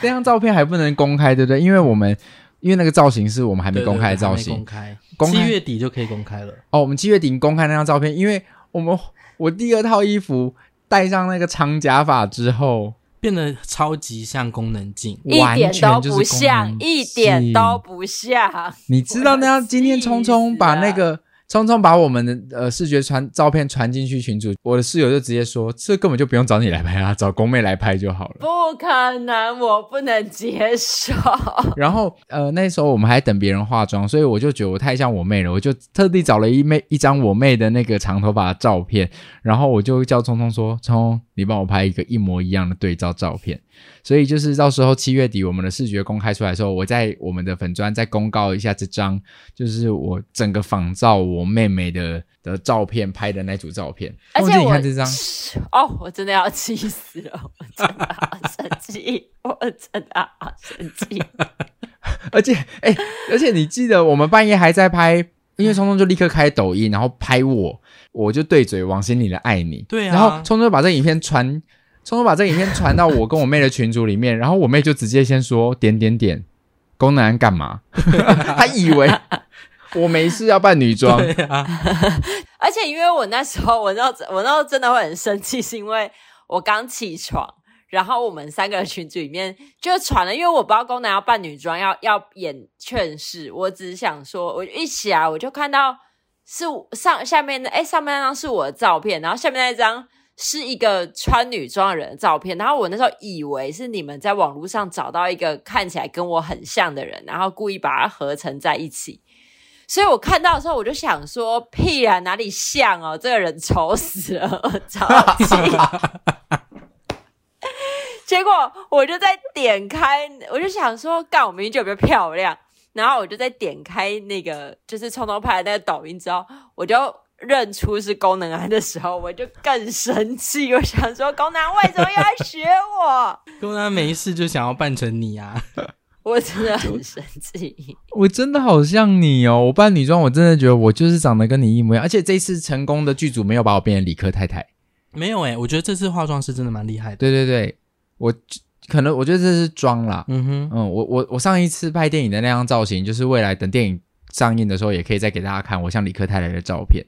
A: 这张照片还不能公开，对不对？因为我们。因为那个造型是我们还没
C: 对对
A: 公开的
C: 对还
A: 造
C: 没
A: 型
C: 公开，
A: 公
C: 七
A: 开
C: 月底就可以公开了。
A: 哦。我们七月底公开那张照片，因为我们我第二套衣服戴上那个长假发之后，
C: 变得超级像功能镜，
B: 一
A: 完
B: 点都
A: 全就是
B: 不
A: 功
B: 像
A: 能，
B: 一点都
A: 性
B: 不 像。
A: 你知道那样？今天聪聪把那个聪聪把我们的呃视觉传照片传进去群组，我的室友就直接说，这根本就不用找你来拍啊，找宫妹来拍就好了。
B: 不可能，我不能接受。
A: 然后呃那时候我们还等别人化妆，所以我就觉得我太像我妹了，我就特地找了一妹一张我妹的那个长头发的照片，然后我就叫聪聪说，聪，你帮我拍一个一模一样的对照照片。所以就是到时候七月底我们的视觉公开出来的时候，我在我们的粉砖再公告一下这张，就是我整个仿照我妹妹的的照片拍的那组照片。
B: 而
A: 梦
B: 且
A: 姐，你
B: 我
A: 看这张，
B: 哦，我真的要气死了，我真的好生气，我真的好生气。
A: 而且哎、而且你记得我们半夜还在拍，因为聪聪就立刻开抖音，然后拍我，我就对嘴王心凌的《爱你》，
C: 对啊
A: 然后聪聪就把这个影片传，聪聪把这个影片传到我跟我妹的群组里面，然后我妹就直接先说点点点，宫南干嘛？ 她以为我没事要扮女装，
C: 对啊，
B: 而且因为我那时候，我那时候我那时候真的会很生气，是因为我刚起床，然后我们三个群组里面就传了，因为我不知道宫南要扮女装，要要演劝世，我只是想说，我一起来我就看到是上下面的，哎，上面那张是我的照片，然后下面那一张。是一个穿女装的人的照片，然后我那时候以为是你们在网络上找到一个看起来跟我很像的人，然后故意把它合成在一起，所以我看到的时候，我就想说，屁啊，哪里像哦？这个人丑死了，我超气。 结果我就在点开，我就想说，干，我明明就比较漂亮。然后我就在点开那个就是冲动派的那个抖音之后，我就认出是功能安的时候，我就更生气。我想说， 功能安为什么又要学我？
C: 宫南没事就想要扮成你啊，
B: 我真的很生气。
A: 我真的好像你哦！我扮女装，我真的觉得我就是长得跟你一模一样，而且这次成功的剧组没有把我变成理科太太。
C: 没有哎、我觉得这次化妆师真的蛮厉害的。
A: 对对对，我可能我觉得这是装啦。
C: 嗯哼，
A: 嗯，我我我上一次拍电影的那张造型，就是未来等电影上映的时候，也可以再给大家看我像理科太太的照片。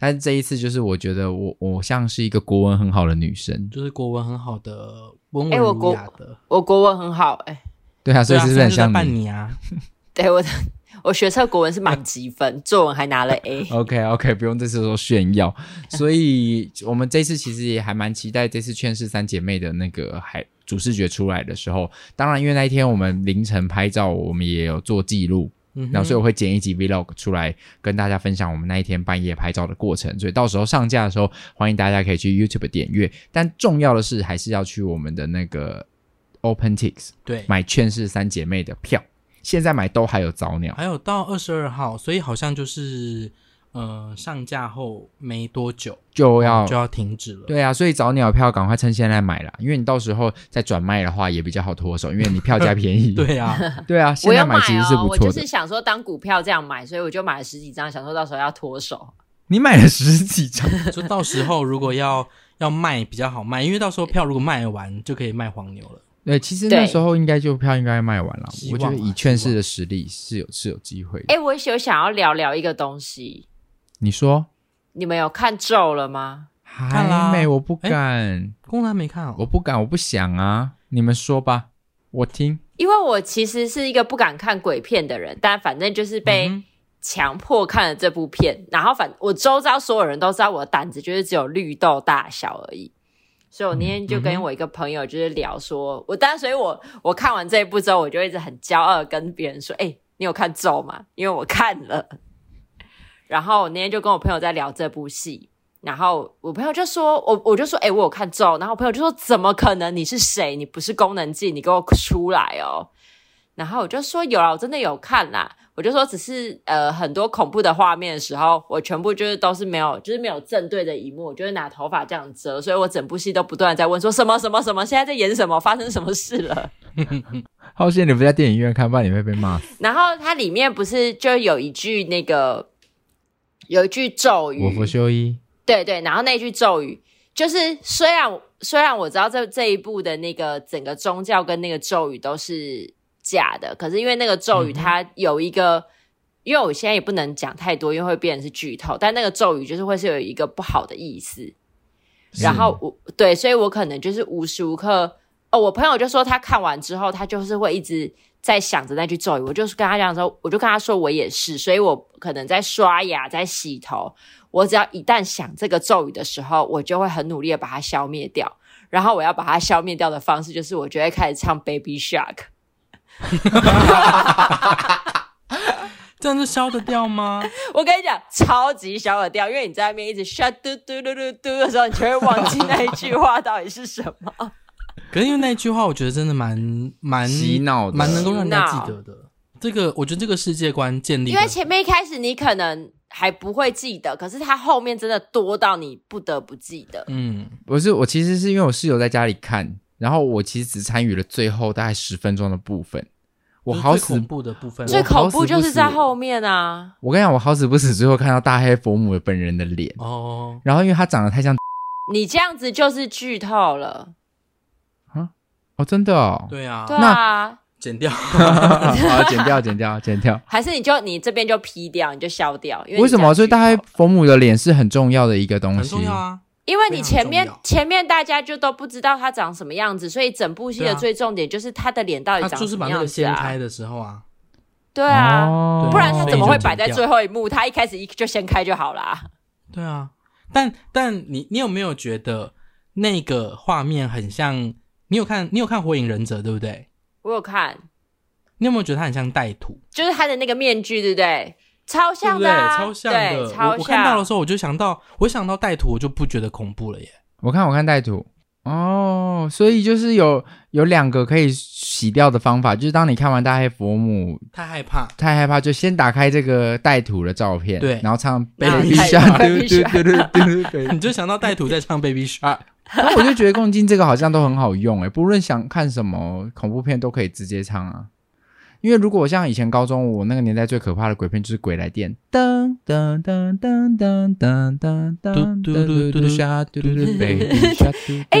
A: 但是这一次就是我觉得我我像是一个国文很好的女生，
C: 就是国文很好的，温
B: 哎
C: 文
B: 我
C: 儒
B: 国
C: 雅的，
B: 我国文很好、哎，
A: 对啊，所
C: 对
A: 以
C: 啊，
A: 是不是
C: 现在
A: 很
C: 就在
A: 像
C: 扮
A: 你
C: 你啊？
B: 对我的。我学测国文是满级分，作文还拿了 A。
A: ？OK OK，不 用这次说炫耀。所以我们这次其实也还蛮期待这次《劝世三姐妹》的那个还主视觉出来的时候。当然，因为那一天我们凌晨拍照，我们也有做记录，
C: 嗯哼，
A: 然后所以我会剪一集 vlog 出来跟大家分享我们那一天半夜拍照的过程，所以到时候上架的时候，欢迎大家可以去 YouTube 点阅。但重要的是，还是要去我们的那个 OpenTix
C: 对，
A: 买《劝世三姐妹》的票，现在买都还有早鸟。
C: 还有到二十二号，所以好像就是呃上架后没多久
A: 哦就要
C: 就要停止了。
A: 对啊，所以早鸟票赶快趁现在买啦，因为你到时候再转卖的话也比较好脱手，因为你票价便宜。
C: 对啊，
A: 对啊，现
B: 我
A: 在
B: 有
A: 买
B: 买
A: 其实是
B: 哦，
A: 不
B: 我
A: 错
B: 就
A: 的。
B: 是想说当股票这样买，所以我就买了十几张，想说到时候要脱手。
A: 你买了十几张，
C: 就到时候如果要要卖比较好卖，因为到时候票如果卖完就可以卖黄牛了。
A: 对，其实
B: 对
A: 那时候应该就票应该卖完了。
C: 希
A: 我
C: 望
A: 觉得
C: 啊
A: 以劝
C: 希望
A: 世的实力是有是有机会的。
B: 哎、我有想要聊聊一个东西，
A: 你说
B: 你们有看咒了吗？
C: 看啦
A: 还没？我不敢，
C: 公然没看
A: 我
C: 哦，
A: 不敢，我不想啊！你们说吧，我听。
B: 因为我其实是一个不敢看鬼片的人，但反正就是被
C: 嗯
B: 强迫看了这部片，然后反我周遭所有人都知道我的胆子就是只有绿豆大小而已。所以我那天就跟我一个朋友就是聊说，我当然，所以我我看完这一部之后，我就一直很骄傲地跟别人说，哎、你有看咒吗？因为我看了。然后我那天就跟我朋友在聊这部戏，然后我朋友就说，我我就说，哎、我有看咒，然后我朋友就说，怎么可能？你是谁？你不是功能镜，你给我出来哦。然后我就说有啊啦，我真的有看啦。我就说只是呃很多恐怖的画面的时候，我全部就是都是没有，就是没有正对着荧幕，我就是拿头发这样遮，所以我整部戏都不断的在问说什么什么什么，现在在演什么，发生什么事了。
A: 好险你不在电影院看，不然你会被骂死。
B: 然后它里面不是就有一句那个有一句咒
C: 嗯
B: 语，
A: 我佛修一，
B: 对对，然后那句咒语就是，虽然虽然我知道这这一部的那个整个宗教跟那个咒语都是假的，可是因为那个咒语它有一个，因为我现在也不能讲太多，因为会变成是剧透。但那个咒语就是会是有一个不好的意思，然后我对，所以我可能就是无时无刻哦，我朋友就说他看完之后，他就是会一直在想着那句咒语。我就是跟他讲说，我就跟他说我也是，所以我可能在刷牙、在洗头，我只要一旦想这个咒语的时候，我就会很努力的把它消灭掉。然后我要把它消灭掉的方式，就是我就会开始唱 Baby Shark。
C: 这样就消得掉 吗？
B: 我跟你讲，超级消得掉，因为你在那边一直 shut 嘟嘟嘟嘟嘟的时候，你就会忘记那一句话到底是什 么。
C: 可是因为那句话，我觉得真的蛮蛮
A: 洗脑的
C: 蛮能够让人家记得的。这个我觉得这个世界观建立
B: 因
C: 得，
B: 为前面一开始你可能还不会记得，可是它后面真的多到你不得不记得。
C: 嗯，
A: 我是我其实是因为我室友在家里看，然后我其实只参与了最后大概十分钟的部分。我
C: 就是
A: 好
C: 最
A: 死
C: 恐，怖的部分，
B: 最
A: 我
B: 恐怖
A: 好死
B: 就
A: 不
B: 是
A: 死
B: 在后面啊！
A: 我跟你讲，我好死不死，最后看到大黑佛母的本人的脸，
C: 哦，
A: 然后因为他长得太像
B: 你这样子就是剧透了。
A: 哦，真的哦，
C: 对啊，
B: 对啊，
C: 剪 掉。
A: 好，剪掉，剪掉，剪掉。
B: 还是你就你这边就 P 掉，你就消掉。因为你
A: 为什么？所以
B: 这样剧透
A: 大黑佛母的脸是很重要的一个东
C: 很
A: 西。
C: 重要啊，
B: 因为你前面
C: 非常重要
B: 前面大家就都不知道他长什么样子，所以整部戏
C: 对
B: 的
C: 啊
B: 最重点就是他的脸到底
C: 他
B: 长
C: 就
B: 什
C: 是
B: 么
C: 把那
B: 样
C: 个
B: 子
C: 掀
B: 啊
C: 开？的时候啊，
B: 对啊，
A: 哦
B: 不然他怎么会摆在
C: 所以就剪掉
B: 最后一幕？他一开始一就先开就好啦。
C: 对啊，但但你你有没有觉得那个画面很像？你有看你有看《火影忍者》对不对？
B: 我有看，
C: 你有没有觉得它很像带土？
B: 就是他的那个面具，对不对？超
C: 对不
B: 像
C: 对？
B: 的啊、
C: 超像的。
B: 对，超
C: 我我看到的
B: 像。
C: 时候，我就想到，我想到带土，我就不觉得恐怖了耶。
A: 我看我看带图哦，所以就是有有两个可以洗掉的方法，就是当你看完大黑佛母
C: 太害 怕，
A: 太害怕，就先打开这个带图的照片，
C: 对
A: 然后唱
B: 然后
A: Baby
B: 太
A: Shark，
B: Baby
A: 嘟嘟嘟嘟嘟 嘟
C: 你就想到带土在唱 Baby Shark。
A: 然后我就觉得共进这个好像都很好用哎、不论想看什么恐怖片都可以直接唱啊。因为如果像以前高中我那个年代最可怕的鬼片就是《鬼来电》，噔噔噔噔噔噔噔噔噔嘟嘟下嘟嘟嘟
B: 哎、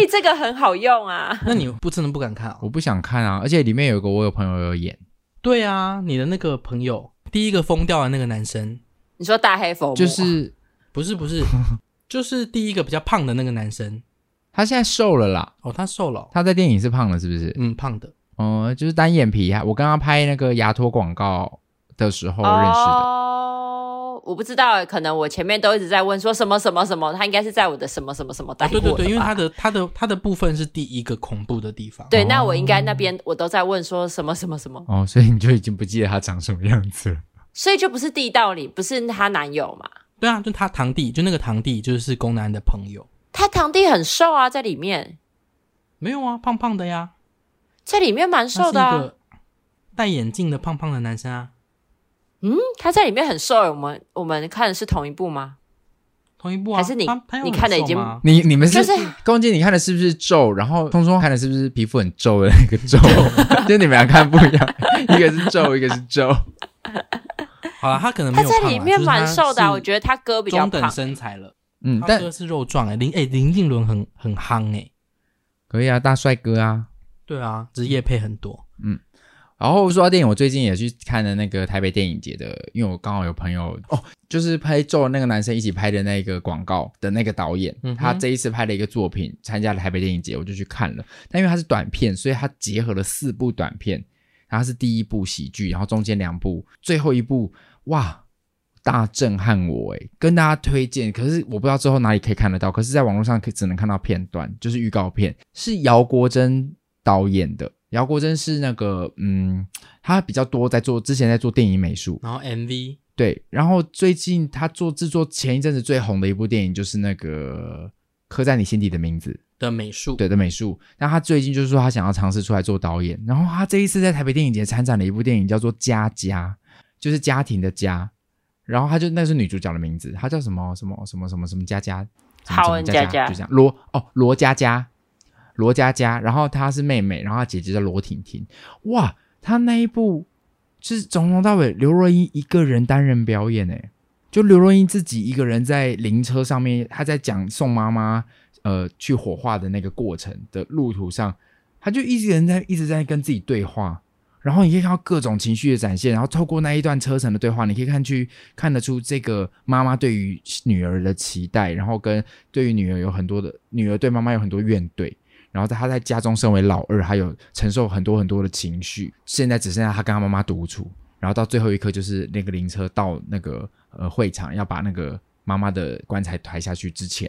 A: 哎，
B: 这个很好用啊！
C: 那你不真的不敢看哦？
A: 我不想看啊，而且里面有一个我有朋友有演，
C: 对啊，你的那个朋友，第一个疯掉的那个男生，
B: 你说大黑佛母
A: 就是
C: 不是不 是，就是第一个比较胖的那个男生。
A: 他现在瘦了啦，
C: 哦，他瘦了哦、
A: 他在电影是胖了是不是？
C: 嗯，胖的。
A: 哦，就是单眼皮啊，我跟他拍那个牙托广告的时候认识的。
B: 哦，我不知道，可能我前面都一直在问说什么什么什么，他应该是在我的什么什么什么带
C: 哦、
B: 过
C: 对对
B: 的吧、
C: 对，因为他的他的他的部分是第一个恐怖的地方。
B: 对，那我应该那边我都在问说什么什么什么，
A: 哦，所以你就已经不记得他长什么样子了。
B: 所以就不是地道里，不是她男友嘛？
C: 对啊，就他堂弟，就那个堂弟，就是宫南的朋友。
B: 她堂弟很瘦啊，在里面，
C: 没有啊，胖胖的呀，
B: 在里面蛮
C: 他是
B: 瘦
C: 一
B: 的、啊。
C: 个戴眼镜的胖胖的男生啊，
B: 嗯，他在里面很瘦、我们我们看的是同一部吗？
C: 同一部啊。
B: 还是你
C: 他他有
B: 你
C: 很
B: 看的已
C: 瘦
B: 经
C: 吗
A: 你你们是
B: 就是
A: 公鸡，你看的是不是皱？然后聪聪看的是不是皮肤很皱的那个皱？就你们俩看不一样，一个是皱，一个是皱。
C: 好了，他可能没
B: 他
C: 有
B: 在
C: 胖
B: 里
C: 啦
B: 面
C: 就是
B: 蛮
C: 他
B: 瘦的、啊，
C: 是
B: 我觉得他哥比较
C: 中等
B: 胖。
C: 身材了。
A: 嗯，
C: 他
A: 但
C: 哥是肉壮哎、林哎、林俊伦很很夯哎、
A: 可以啊，大帅哥啊。
C: 对啊，职业配很多。
A: 然后说到电影，我最近也去看了那个台北电影节的，因为我刚好有朋友哦，就是拍皱那个男生一起拍的那个广告的那个导演，
C: 嗯哼
A: 他这一次拍了一个作品，参加了台北电影节，我就去看了。但因为它是短片，所以它结合了四部短片，然后它是第一部喜剧，然后中间两部，最后一部哇。大震撼我诶，跟大家推荐，可是我不知道之后哪里可以看得到，可是在网络上可以只能看到片段，就是预告片，是姚国珍导演的。姚国珍是那个嗯，他比较多在做，之前在做电影美术，
C: 然后 MV
A: 对。然后最近他做制作前一阵子最红的一部电影就是那个《刻在你心底的名字》，
C: 的美术，
A: 对的美术。那他最近就是说他想要尝试出来做导演，然后他这一次在台北电影节参展了一部电影叫做《家家》，就是家庭的家。然后他就那是女主角的名字，她叫什么什么什么什么什么佳佳，什么
B: 好
A: 什么
B: 人
A: 佳
B: 佳
A: 佳，
B: 佳
A: 就这样罗哦罗佳佳，罗佳佳，然后她是妹妹，然后她姐姐叫罗婷婷。哇，她那一部就是从头到尾刘若英一个人单人表演诶，就刘若英自己一个人在灵车上面，她在讲宋妈妈呃去火化的那个过程的路途上，她就一直人在一直在跟自己对话，然后你可以看到各种情绪的展现，然后透过那一段车程的对话，你可以看去看得出这个妈妈对于女儿的期待，然后跟对于女儿有很多的女儿对妈妈有很多怨怼，然后在她在家中身为老二，还有承受很多很多的情绪，现在只剩下她跟她妈妈独处，然后到最后一刻就是那个灵车到那个呃会场要把那个妈妈的棺材抬下去之前，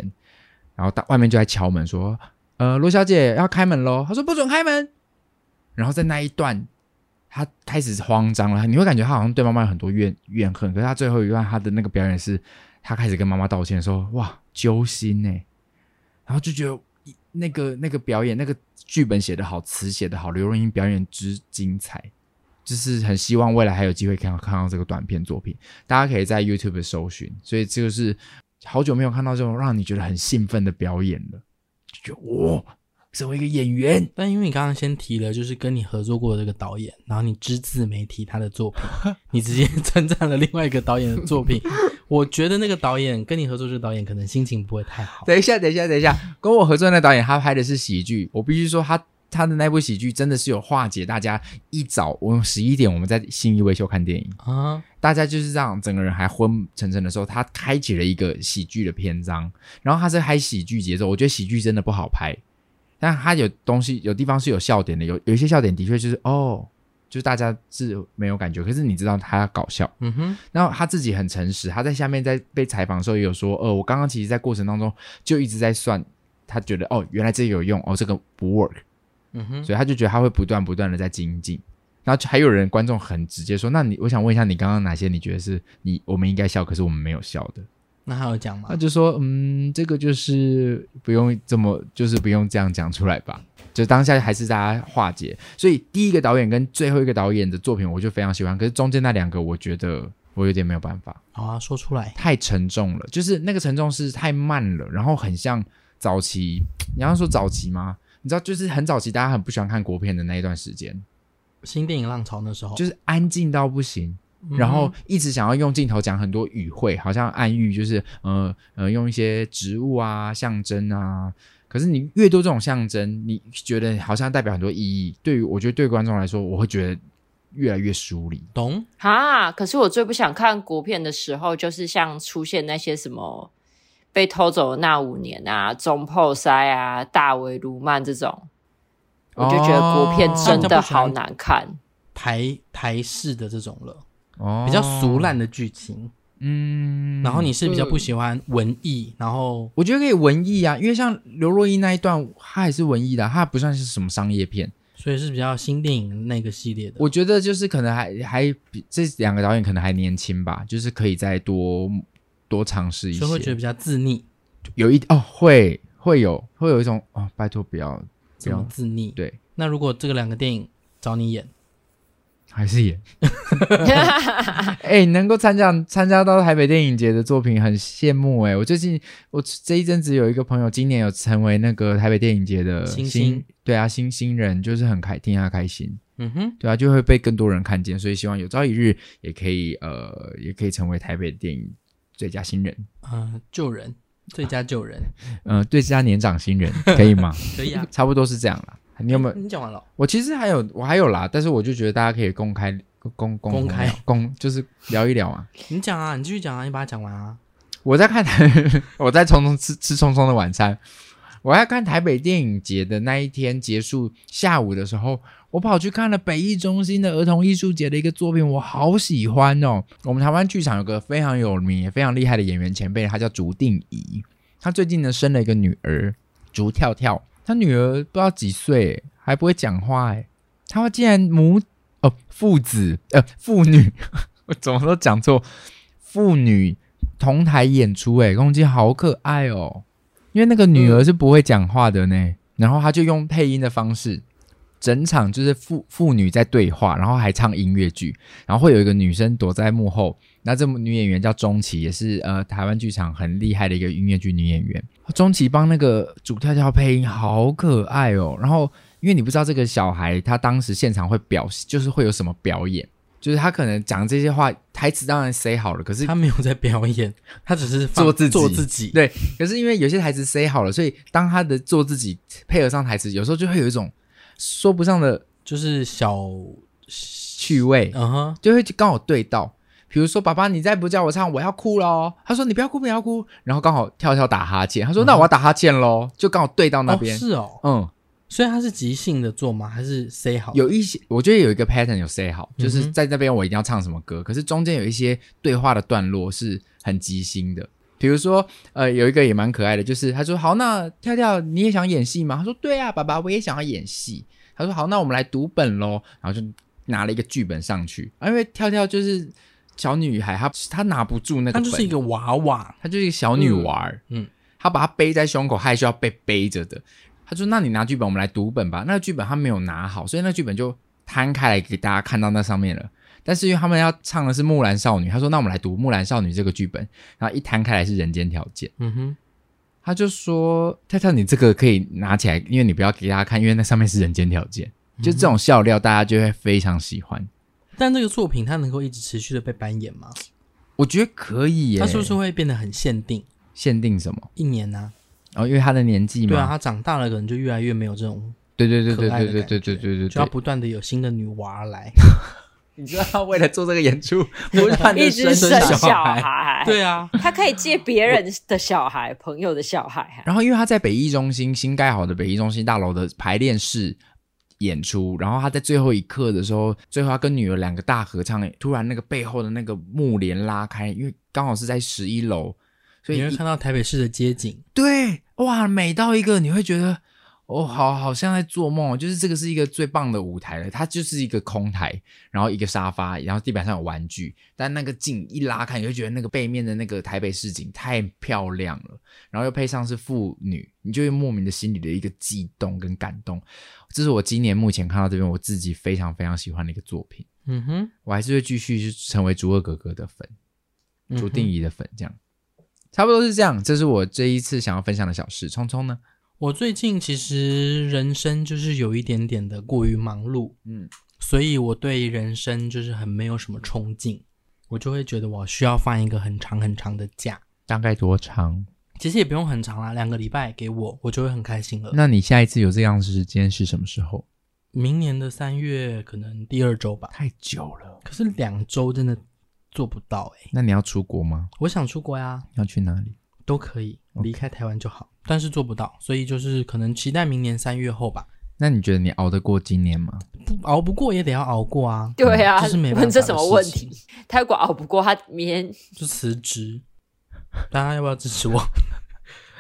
A: 然后到外面就在敲门说，呃罗小姐要开门喽，她说不准开门，然后在那一段他开始慌张了，你会感觉他好像对妈妈有很多怨怨恨。可是他最后一段他的那个表演是，他开始跟妈妈道歉说：“哇，揪心呢、然后就觉得那个那个表演那个剧本写得好，词写得好，刘若英表演之精彩，就是很希望未来还有机会看到看到这个短片作品，大家可以在 YouTube 搜寻。所以这就是好久没有看到这种让你觉得很兴奋的表演了，就觉得哇，身为一个演员，
C: 但因为你刚刚先提了，就是跟你合作过的这个导演，然后你只字没提他的作品， 你直接称赞了另外一个导演的作 品。我觉得那个导演跟你合作这个导演，可能心情不会太好。
A: 等一下，等一下，等一下，跟我合作的那导演他拍的是喜剧，我必须说他他的那部喜剧真的是有化解大家一早我们十一点我们在信义维修看电影，
C: 啊，
A: 大家就是这样整个人还昏沉沉的时候，他开启了一个喜剧的篇章，然后他是拍喜剧节奏，我觉得喜剧真的不好拍，但他有东西有地方是有笑点的，有有一些笑点的确就是哦，就是大家是没有感觉，可是你知道他搞笑。
C: 嗯哼，
A: 然后他自己很诚实，他在下面在被采访的时候也有说，呃，我刚刚其实，在过程当中就一直在算，他觉得哦，原来这个有用，哦，这个不 work，
C: 嗯哼，
A: 所以他就觉得他会不断不断的在精进。然后还有人观众很直接说，那你我想问一下，你刚刚哪些你觉得是你我们应该笑，可是我们没有笑的？
C: 那还有讲吗
A: 他？就说，嗯，这个就是不用这么，就是不用这样讲出来吧。就当下还是大家化解，所以第一个导演跟最后一个导演的作品，我就非常喜欢。可是中间那两个，我觉得我有点没有办法。
C: 好啊，说出来。
A: 太沉重了，就是那个沉重是太慢了，然后很像早期，你要说早期吗？你知道，就是很早期，大家很不喜欢看国片的那一段时间，
C: 新电影浪潮那时候，
A: 就是安静到不行，
C: 哦嗯
A: 然后一直想要用镜头讲很多语汇，好像暗喻，就是呃呃，用一些植物啊、象征啊。可是你越多这种象征，你觉得好像代表很多意义。对于我觉得对观众来说，我会觉得越来越疏离。
C: 懂
B: 啊！可是我最不想看国片的时候，就是像出现那些什么被偷走的那五年啊、中破塞啊、大维卢曼这种，我就觉得国片
C: 哦
B: 真的好难看。
C: 台台式的这种了，
A: 哦
C: 比较俗，烂的剧情。
A: 嗯
C: 然后你是比较不喜欢文艺，然后
A: 我觉得可以文艺啊，因为像刘若英那一段，她也是文艺的啊，她不算是什么商业片。
C: 所以是比较新电影那个系列的。
A: 我觉得就是可能还还比这两个导演可能还年轻吧，就是可以再多多尝试一
C: 所以会觉得
A: 些。
C: 比较自溺，
A: 有一哦，会会有会有一种哦，拜托不要不
C: 怎么
A: 要，
C: 自溺？
A: 对，
C: 那如果这个两个电影找你演，
A: 还是演。哎、能够参加参加到台北电影节的作品，很羡慕哎、我最近我这一阵子有一个朋友，今年有成为那个台北电影节的
C: 新星
A: 对啊，新新人就是很开，替他开心。
C: 嗯哼，
A: 对啊，就会被更多人看见，所以希望有朝一日也可以呃，也可以成为台北电影最佳新人，
C: 呃，救人，最佳 救人，
A: 呃，最佳年长新人，可以吗？。
C: 可以啊
A: 差不多是这样啦。你有没有？
C: 你讲完了，
A: 我其实还有，我还有啦，但是我就觉得大家可以公开公公
C: 公开
A: 公，就是聊一聊啊。
C: 你讲啊，你继续讲啊，你把它讲完啊。
A: 我在看 台，我在匆匆吃吃匆匆的晚餐。我要看台北电影节的那一天结束下午的时候，我跑去看了北艺中心的儿童艺术节的一个作品，我好喜欢哦。我们台湾剧场有个非常有名也非常厉害的演员前辈，他叫竹定仪，他最近呢生了一个女儿竹跳跳，他女儿不知道几岁，还不会讲话哎，他竟然母哦父子呃父女， 我怎么都讲错，父女同台演出，哎，公鸡好可爱哦。因为那个女儿是不会讲话的呢，然后她就用配音的方式，整场就是父父女在对话，然后还唱音乐剧，然后会有一个女生躲在幕后。那这女演员叫钟琪，也是呃台湾剧场很厉害的一个音乐剧女演员。钟琪帮那个主跳跳配音，好可爱哦。然后因为你不知道这个小孩他当时现场会表，就是会有什么表演，就是他可能讲这些话，台词当然 say 好了，可是
C: 他没有在表演，他只是放
A: 做自己
C: 做自己。
A: 对，可是因为有些台词 say 好了，所以当他的做自己配合上台词，有时候就会有一种说不上的
C: 就是小
A: 趣味，
C: 嗯哼，
A: 就会刚好对到。比如说，爸爸，你再不叫我唱，我要哭喽。他说：“你不要哭，不要哭。”然后刚好跳跳打哈欠，他说：“那我要打哈欠喽。”就刚好对到那
C: 嗯哦
A: 边。
C: 是哦，
A: 嗯，
C: 所以他是即兴的做吗？还是 say 好？
A: 有一些我觉得有一个 pattern 有 say 好，就是
C: 嗯哼
A: 在那边我一定要唱什么歌，可是中间有一些对话的段落是很即兴的。比如说，呃，有一个也蛮可爱的，就是他说：“好，那跳跳你也想演戏吗？”他说：“对啊，爸爸，我也想要演戏。”他说：“好，那我们来读本喽。”然后就拿了一个剧本上去，啊、因为跳跳就是小女孩，她她拿不住那个
C: 他
A: 本，
C: 就是一个娃娃，
A: 她就是一个小女娃儿，
C: 嗯
A: 嗯
C: 嗯，
A: 她把她背在胸口，她还需要被背着的。她说：“那你拿剧本，我们来读本吧。”那个剧本她没有拿好，所以那剧本就摊开来给大家看到那上面了。但是因为他们要唱的是《木兰少女》，她说：“那我们来读《木兰少女》这个剧本。”然后一摊开来是《人间条件》，
C: 嗯哼，
A: 她就说：“太太，你这个可以拿起来，因为你不要给大家看，因为那上面是《人间条件》。”就这种笑料，大家就会非常喜欢。
C: 但这个作品它能够一直持续的被扮演吗？
A: 我觉得可以耶。
C: 它是不是会变得很限定
A: 限定什么？
C: 一年呢、
A: 哦，因为她的年纪嘛。
C: 对啊，他长大了可能就越来越没有这种
A: 对对对
C: 可
A: 对
C: 爱
A: 对
C: 的
A: 对对
C: 感觉
A: 对对对，
C: 就要不断的有新的女娃来。
A: 你知道他为了做这个演出，不断
B: 一
A: 的
B: 直
A: 生
B: 生
A: 小
B: 小
A: 孩。
B: 孩，
C: 对啊，
B: 他可以借别人的小孩、朋友的小孩啊，
A: 然后，因为他在北艺中心新盖好的北艺中心大楼的排练室演出，然后他在最后一刻的时候，最后他跟女儿两个大合唱，突然那个背后的那个幕帘拉开，因为刚好是在十一楼，所
C: 啊你
A: 以
C: 会看到台北市的街景，
A: 对，哇，美到一个你会觉得，哦，好好像在做梦哦，就是这个是一个最棒的舞台了，它就是一个空台，然后一个沙发，然后地板上有玩具，但那个镜一拉开，你就觉得那个背面的那个台北市景太漂亮了，然后又配上是妇女，你就会莫名的心里的一个悸动跟感动，这是我今年目前看到这边我自己非常非常喜欢的一个作品，
C: 嗯哼，
A: 我还是会继续去成为竹二哥哥的粉。
C: 嗯
A: 朱
C: 哼
A: 定仪的粉，这样、差不多是这样。这是我这一次想要分享的小事。聪聪呢？
C: 我最近其实人生就是有一点点的过于忙碌，
A: 嗯，
C: 所以我对人生就是很没有什么冲劲，我就会觉得我需要放一个很长很长的假。
A: 大概多长？
C: 其实也不用很长啦，两个礼拜给我，我就会很开心了。
A: 呃那你下一次有这样的时间是什么时候？
C: 明年的三月可能第二周吧，
A: 太久了。
C: 可是两周真的做不到哎、
A: 那你要出国吗？
C: 我想出国呀，
A: 要去哪里？
C: 都可以
A: OK
C: 离开台湾就好，但是做不到，所以就是可能期待明年三月后吧，
A: 那你觉得你熬得过今年吗？
C: 不熬不过也得要熬过啊，
B: 对啊，
C: 这是没办法
B: 问
C: 的
B: 这什么问
C: 事情
B: 题？他如果熬不过，他明天
C: 就辞职。大家要不要支持我？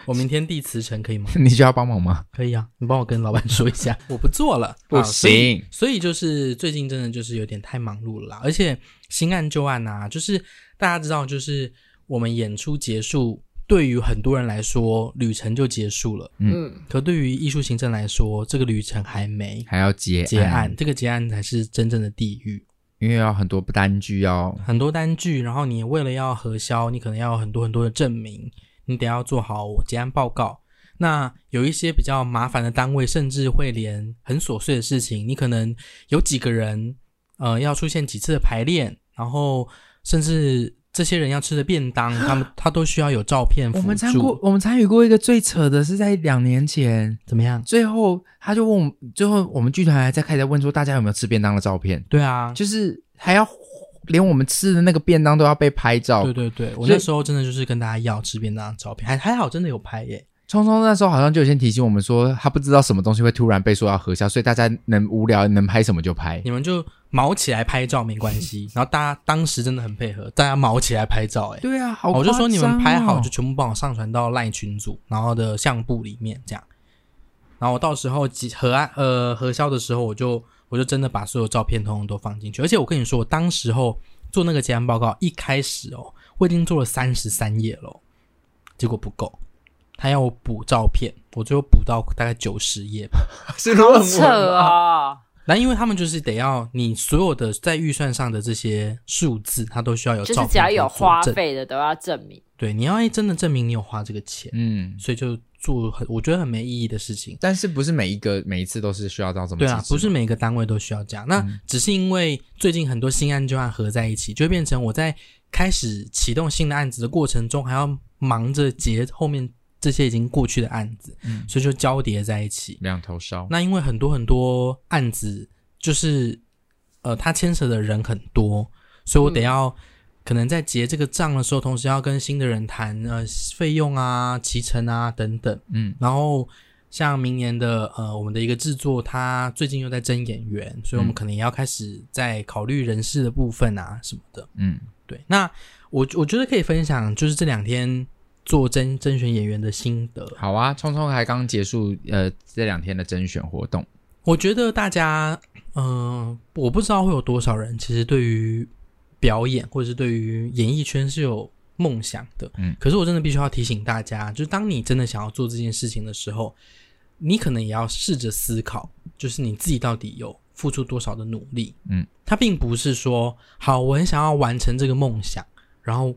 C: 我明天递辞呈可以吗？
A: 你需要帮忙吗？
C: 可以啊，你帮我跟老板说一下， 我不做了，
A: 不
C: 啊所以
A: 行
C: 所以就是最近真的就是有点太忙碌了啦，而且新案旧案啊，就是大家知道，就是我们演出结束，对于很多人来说，旅程就结束了，
B: 嗯，
C: 可对于艺术行政来说，这个旅程还没
A: 还要结
C: 结案，这个结案才是真正的地狱。
A: 因为要很多单据要。
C: 很多单据，然后你为了要核销，你可能要有很多很多的证明，你得要做好结案报告。那有一些比较麻烦的单位，甚至会连很琐碎的事情，你可能有几个人，呃，要出现几次的排练，然后甚至这些人要吃的便 当，他们他都需要有照片辅
A: 我们参过，
C: 助。
A: 我们参与过一个最扯的是在两年前，
C: 怎么样？
A: 最后他就问我们，最后我们剧团还在开始问说大家有没有吃便当的照片。
C: 对啊，
A: 就是还要连我们吃的那个便当都要被拍照。
C: 对对对，
A: 所
C: 我
A: 以
C: 那时候真的就是跟大家要吃便当的照片，还还好真的有拍耶。
A: 聪聪那时候好像就有先提醒我们说，他不知道什么东西会突然被说要核销，所以大家能无聊能拍什么就拍。
C: 你们就毛起来拍照没关 系。然后大家当时真的很配合，大家毛起来拍照、哎、
A: 对啊，好
C: 我就说你们
A: 夸
C: 拍
A: 张哦
C: 好就全部帮我上传到赖群组，然后的相簿里面这样。然后我到时候集核案呃核销的时候，我就我就真的把所有照片通通都放进去。而且我跟你说，我当时候做那个结案报告一开始哦，我已经做了三十三页了哦，结果不够，他要我补照片，我最后补到大概九十页吧。
A: 是论文
B: 扯啊，
C: 那因为他们就是得要你所有的在预算上的这些数字，它都需要有
B: 就
C: 照
B: 是
C: 片
B: 只要有
C: 可以佐
B: 花
C: 证，
B: 费的都要证明。
C: 对，你要真的证明你有花这个钱，
A: 嗯，
C: 所以就做很我觉得很没意义的事情。
B: 嗯
A: 但是不是每一个每一次都是需要到这么
C: 对啊
A: 极，致
C: 不是每个单位都需要这样，那
B: 嗯
C: 只是因为最近很多新案旧案合在一起，就会变成我在开始启动新的案子的过程中，还要忙着结后面这些已经过去的案子，
B: 嗯
C: 所以就交叠在一起。
A: 两头烧。
C: 那因为很多很多案子就是呃，它牵扯的人很多，所
A: 嗯
C: 以我得要、可能在结这个账的时候，同时要跟新的人谈呃费用啊、骑程啊等等。
A: 嗯，
C: 然后像明年的呃我们的一个制作，它最近又在争演员，所以我们
A: 嗯
C: 可能也要开始在考虑人事的部分啊什么的。
A: 嗯
C: 对，那我我觉得可以分享，就是这两天做甄甄选演员的心得。
A: 好啊，聪聪还刚结束呃这两天的甄选活动，
C: 我觉得大家，嗯、我不知道会有多少人其实对于表演或者是对于演艺圈是有梦想的。
A: 嗯
C: 可是我真的必须要提醒大家，就是当你真的想要做这件事情的时候，你可能也要试着思考，就是你自己到底有付出多少的努力。
A: 嗯，
C: 它并不是说，好，我很想要完成这个梦想，然后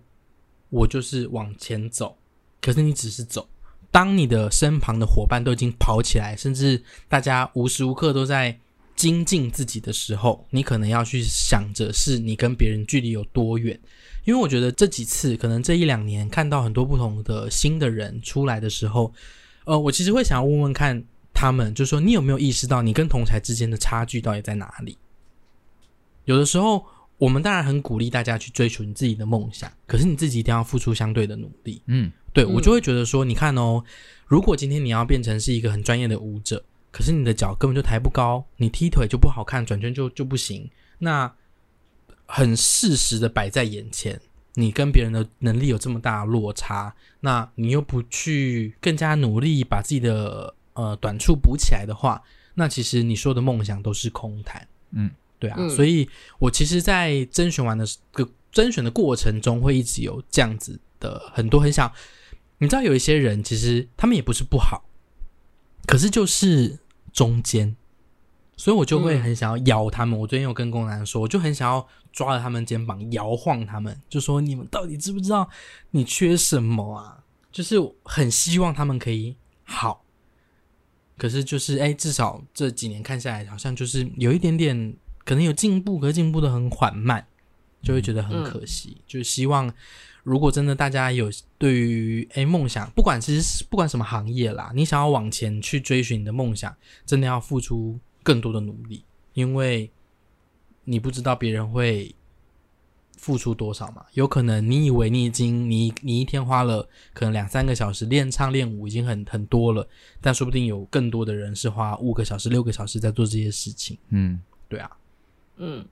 C: 我就是往前走。可是你只是走，当你的身旁的伙伴都已经跑起来，甚至大家无时无刻都在精进自己的时候，你可能要去想着是你跟别人距离有多远。因为我觉得这几次，可能这一两年看到很多不同的新的人出来的时候，呃，我其实会想要问问看他们，就说你有没有意识到你跟同才之间的差距到底在哪里？有的时候，我们当然很鼓励大家去追求你自己的梦想，可是你自己一定要付出相对的努力。
A: 嗯
C: 对我就会觉得说，你看哦，如果今天你要变成是一个很专业的舞者，可是你的脚根本就抬不高，你踢腿就不好看，转圈就就不行，那很事实的摆在眼前，你跟别人的能力有这么大的落差，那你又不去更加努力把自己的呃短处补起来的话，那其实你说的梦想都是空谈。
A: 嗯，
C: 对啊，
B: 嗯
C: 所以我其实，在甄选完的时个甄选的过程中，会一直有这样子的很多很想，你知道有一些人其实他们也不是不好，可是就是中间，所以我就会很想要摇他们。我最近有跟工男说，我就很想要抓着他们肩膀摇晃他们，就说你们到底知不知道你缺什么啊？就是很希望他们可以好，可是就是哎，至少这几年看下来，好像就是有一点点可能有进步，可是进步的很缓慢，就会觉得很可惜。就是希望如果真的大家有对于哎梦想，不管其实是不管什么行业啦，你想要往前去追寻你的梦想，真的要付出更多的努力，因为你不知道别人会付出多少嘛。有可能你以为你已经你你一天花了可能两三个小时练唱练舞已经很很多了，但说不定有更多的人是花五个小时六个小时在做这些事情。
A: 嗯，
C: 对啊，
B: 嗯，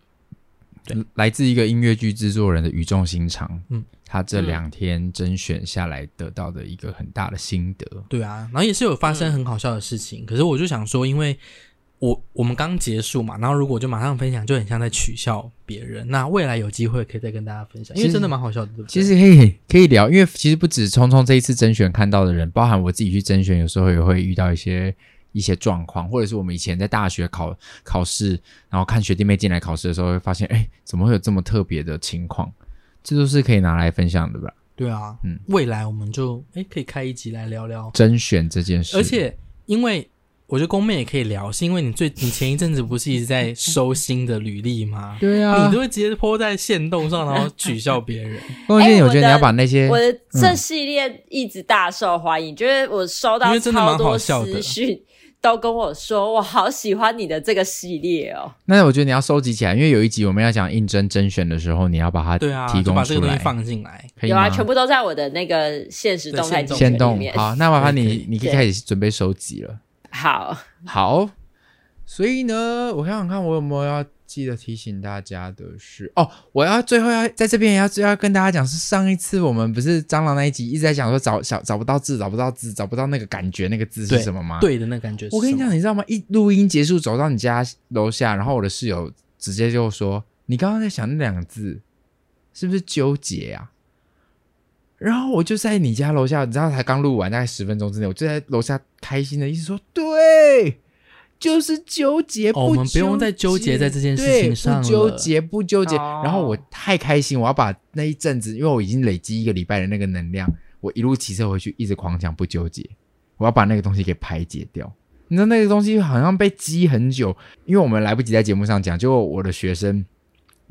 A: 来自一个音乐剧制作人的语重心长，
C: 嗯，
A: 他这两天甄选下来得到的一个很大的心得，
C: 对啊，然后也是有发生很好笑的事情，可是我就想说，因为我我们刚结束嘛，然后如果就马上分享，就很像在取笑别人。那未来有机会可以再跟大家分享，因
A: 其
C: 为
A: 实
C: 真的蛮好笑的，对不对？
A: 其实可以可以聊，因为其实不止聪聪这一次甄选看到的人，包含我自己去甄选，有时候也会遇到一些一些状况，或者是我们以前在大学考考试，然后看学弟妹进来考试的时候，会发现，哎，怎么会有这么特别的情况？这都是可以拿来分享的吧？
C: 对啊，
A: 嗯
C: 嗯，未来我们就哎可以开一集来聊聊，
A: 甄选这件事，
C: 而且因为我觉得公妹也可以聊，是因为你最你前一阵子不是一直在收新的履 历吗？
A: 对啊
C: 你都会直接泼在线动上，然后取笑别人。
A: 关键
B: 哎
A: 我
B: 我
A: 觉得
B: 的
A: 你要把那
C: 嗯
A: 些
B: 我的这系列一直大受欢迎，就是我收
C: 因
B: 到
C: 为真的蛮
B: 超
C: 好
B: 多
C: 笑的
B: 私讯，都跟我说我好喜欢你的这个系列哦。
A: 那我觉得你要收集起来，因为有一集我们要讲应征甄选的时候，你要把它
C: 对啊，
A: 提
C: 就
A: 供
C: 把这
A: 出
C: 个东
A: 来，
C: 西放进来。
A: 可以
B: 有
A: 吗？
B: 啊，全部都在我的那个现实动态
A: 先
C: 对
B: 精选里
A: 动
B: 面。
A: 好，那麻烦
C: 可以
A: 你，你可以开始准备收集了。
B: 好，
A: 好，所以呢，我想想看，我有没有要记得提醒大家的是，哦，我要最后要在这边也要最后要跟大家讲，是上一次我们不是蟑螂那一集一直在讲说找小找不到字，找不到字，找不到那个感觉，那个字是
C: 对
A: 什么吗？
C: 对的那感觉是什么，
A: 我跟你讲，你知道吗？一录音结束，走到你家楼下，然后我的室友直接就说：“你刚刚在想那两个字，是不是纠结啊？”然后我就在你家楼下，你知道，才刚录完大概十分钟之内，我就在楼下开心的一直说：“对，就是纠结。
C: 哦我们
A: 不
C: 不用再纠结在这件事情
A: 对
C: 上
A: 不纠
C: 了
A: 结，不纠结。
B: 哦
A: 然后我太开心，我要把那一阵子，因为我已经累积一个礼拜的那个能量，我一路骑车回去，一直狂讲不纠结。我要把那个东西给排解掉。你知道那个东西好像被积很久，因为我们来不及在节目上讲，结果我的学生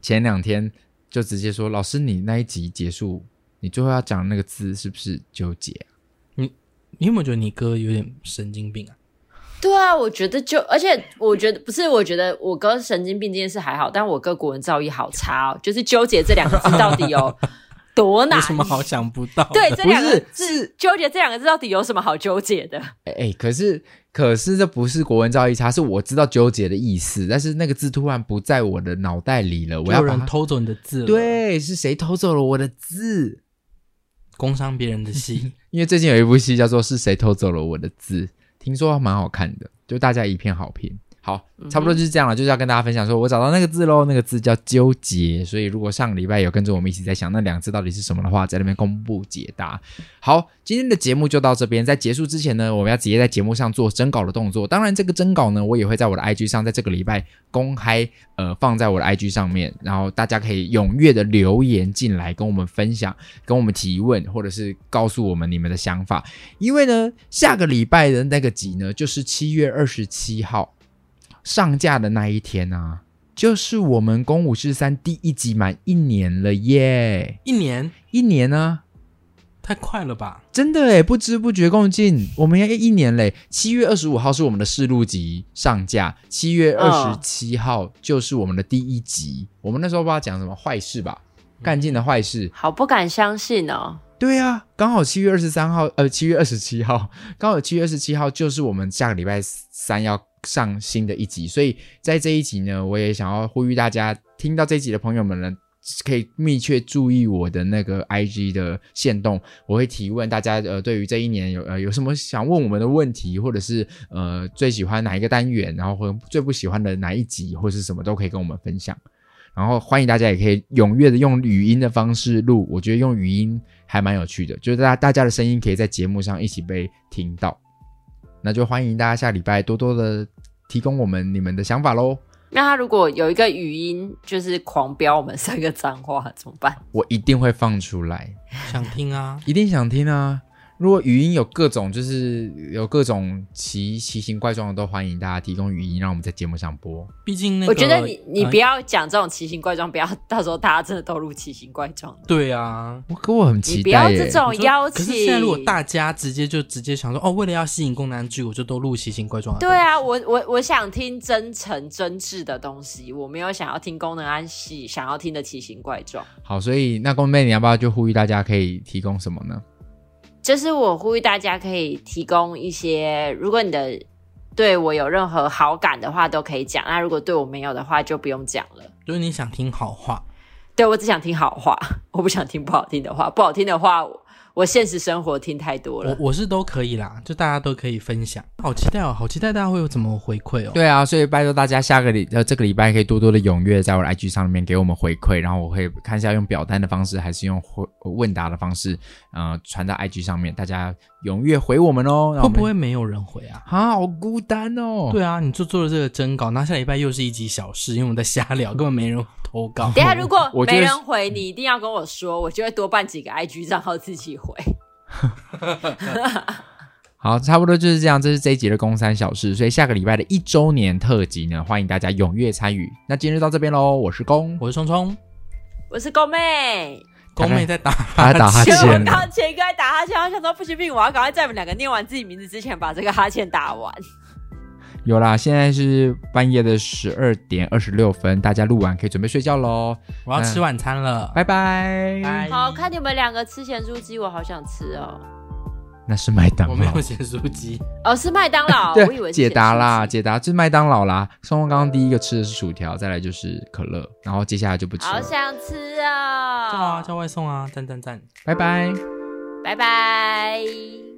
A: 前两天就直接说：“老师，你那一集结束，你最后要讲那个字是不是纠结啊、
C: 你有没有觉得你哥有点神经病啊？
B: 对啊，我觉得就，而且我觉得不是，我觉得我哥神经病这件事还好，但我哥国文造诣好差哦，就是纠结这两个字到底 有多难
C: 有。什么好想不到的？
B: 对，这两
A: 不
B: 个
A: 是
B: 字纠结这两个字到底有什么好纠结的？
A: 哎、哎可是可是这不是国文造诣差，是我知道纠结的意思，但是那个字突然不在我的脑袋里了，我要
C: 有
A: 把
C: 人
A: 它。
C: 偷走你的字了，，
A: 对，是谁偷走了我的字？
C: 工伤别人的 心。
A: 因为最近有一部戏叫做《是谁偷走了我的字》，听说蛮好看的，就大家一片好评。好，差不多就是这样了，就是要跟大家分享说，我找到那个字喽，那个字叫纠结。所以如果上个礼拜有跟着我们一起在想那两个字到底是什么的话，在那边公布解答。好，今天的节目就到这边，在结束之前呢，我们要直接在节目上做征稿的动作。当然，这个征稿呢，我也会在我的 IG 上，在这个礼拜公开呃放在我的 IG 上面，然后大家可以踊跃的留言进来，跟我们分享，跟我们提问，或者是告诉我们你们的想法。因为呢，下个礼拜的那个集呢，就是七月二十七号上架的那一天啊，就是我们《公五十三》第一集满一年了耶，
C: 一年
A: 一年呢、
C: 太快了吧？
A: 真的诶，不知不觉共进，我们要一年嘞。七月二十五号是我们的试录集上架，七月二十七号就是我们的第一集。我们那时候不知道讲什么坏事吧，干尽的坏事。
B: 好不敢相信哦！
A: 对啊，刚好七月二十三号，呃，七月二十七号， 刚好七月二十七号就是我们下个礼拜三要上新的一集，所以在这一集呢，我也想要呼吁大家，听到这一集的朋友们呢。可以密切注意我的那个 IG 的限动，我会提问大家，呃，对于这一年有呃有什么想问我们的问题，或者是呃最喜欢哪一个单元，然后或者最不喜欢的哪一集，或是什么都可以跟我们分享。然后欢迎大家也可以踊跃的用语音的方式录，我觉得用语音还蛮有趣的，就是大家大家的声音可以在节目上一起被听到。那就欢迎大家下礼拜多多的提供我们你们的想法喽，
B: 那他如果有一个语音就是狂飙我们三个脏话怎么办？
A: 我一定会放出来，
C: 想听啊，
A: 一定想听啊！如果语音有各种就是有各种奇奇形怪状的，都欢迎大家提供语音，让我们在节目上播。
C: 毕竟那个
B: 我觉得你你
C: 呃
B: 不要讲这种奇形怪状，不要到时候大家真的都入奇形怪状的。
C: 对啊，
A: 我可我很期
B: 你不要
A: 待耶、
B: 这种
C: 我说
B: 哦邀
C: 可
B: 请。
C: 是现在如果大家直接就直接想说，哦，为了要吸引宫南剧，我就都录奇形怪状的。
B: 对，啊，我我我想听真诚真挚的东西，我没有想要听功能安息，想要听的奇形怪状。
A: 好，所以那公妹你要不要就呼吁大家可以提供什么呢？
B: 就是我呼吁大家可以提供一些，如果你的对我有任何好感的话，都可以讲；那如果对我没有的话，就不用讲了。
C: 就是你想听好话，
B: 对我只想听好话， 我不想听不好听的话。不好听的话，我我现实生活听太多
C: 我
B: 了。
C: 我是都可以啦，就大家都可以分享。好期待哦，好期待大家会有怎么回馈哦。
A: 对啊，所以拜托大家下个礼呃这个礼拜可以多多的踊跃在我的 IG 上面给我们回馈，然后我会看一下用表单的方式还是用回问答的方式，呃，传到 IG 上面，大家踊跃回我们哦。让我
C: 会
A: 们
C: 不会没有人回啊？
A: 啊，好孤单哦？
C: 对啊，你就做了这个征稿，那下礼拜又是一集小事，因为我们在瞎 聊，根本没人投稿。
B: 等一下如果
A: 我觉
B: 没
A: 得
B: 人回，你一定要跟我说，我就会多办几个 IG 账号自己回。
A: 好，差不多就是这样，这是这一集的公三小事，所以下个礼拜的一周年特辑呢，欢迎大家踊跃参与。那今天就到这边喽，我是公，
C: 我是聪聪，
B: 我是公妹，
C: 宫妹在打
A: 大家打哈
B: 其
A: 欠
B: 实我
A: 了
B: 刚前一个在打哈欠，我想说不行不行，我要赶快在你们两个念完自己名字之前把这个哈欠打完。
A: 有啦，现在是半夜的十二点二十六分，大家录完可以准备睡觉喽，
C: 我要吃晚餐了，
A: 嗯拜拜。
C: 拜。
B: 好看你们两个吃咸酥鸡，我好想吃哦。
A: 那是麦当
C: 我没
A: 劳
C: 有。写书机，
B: 哦，是麦当劳，我以 为
A: 对，
B: 是
A: 解答啦，
B: 咸酥鸡
A: 解答就是麦当劳啦。松松刚刚第一个吃的是薯条，再来就是可乐，然后接下来就不吃
B: 好
A: 了。
B: 想吃
C: 叫啊
B: 哦。
C: 叫外送啊，赞赞赞。
A: 拜拜。
B: 拜拜。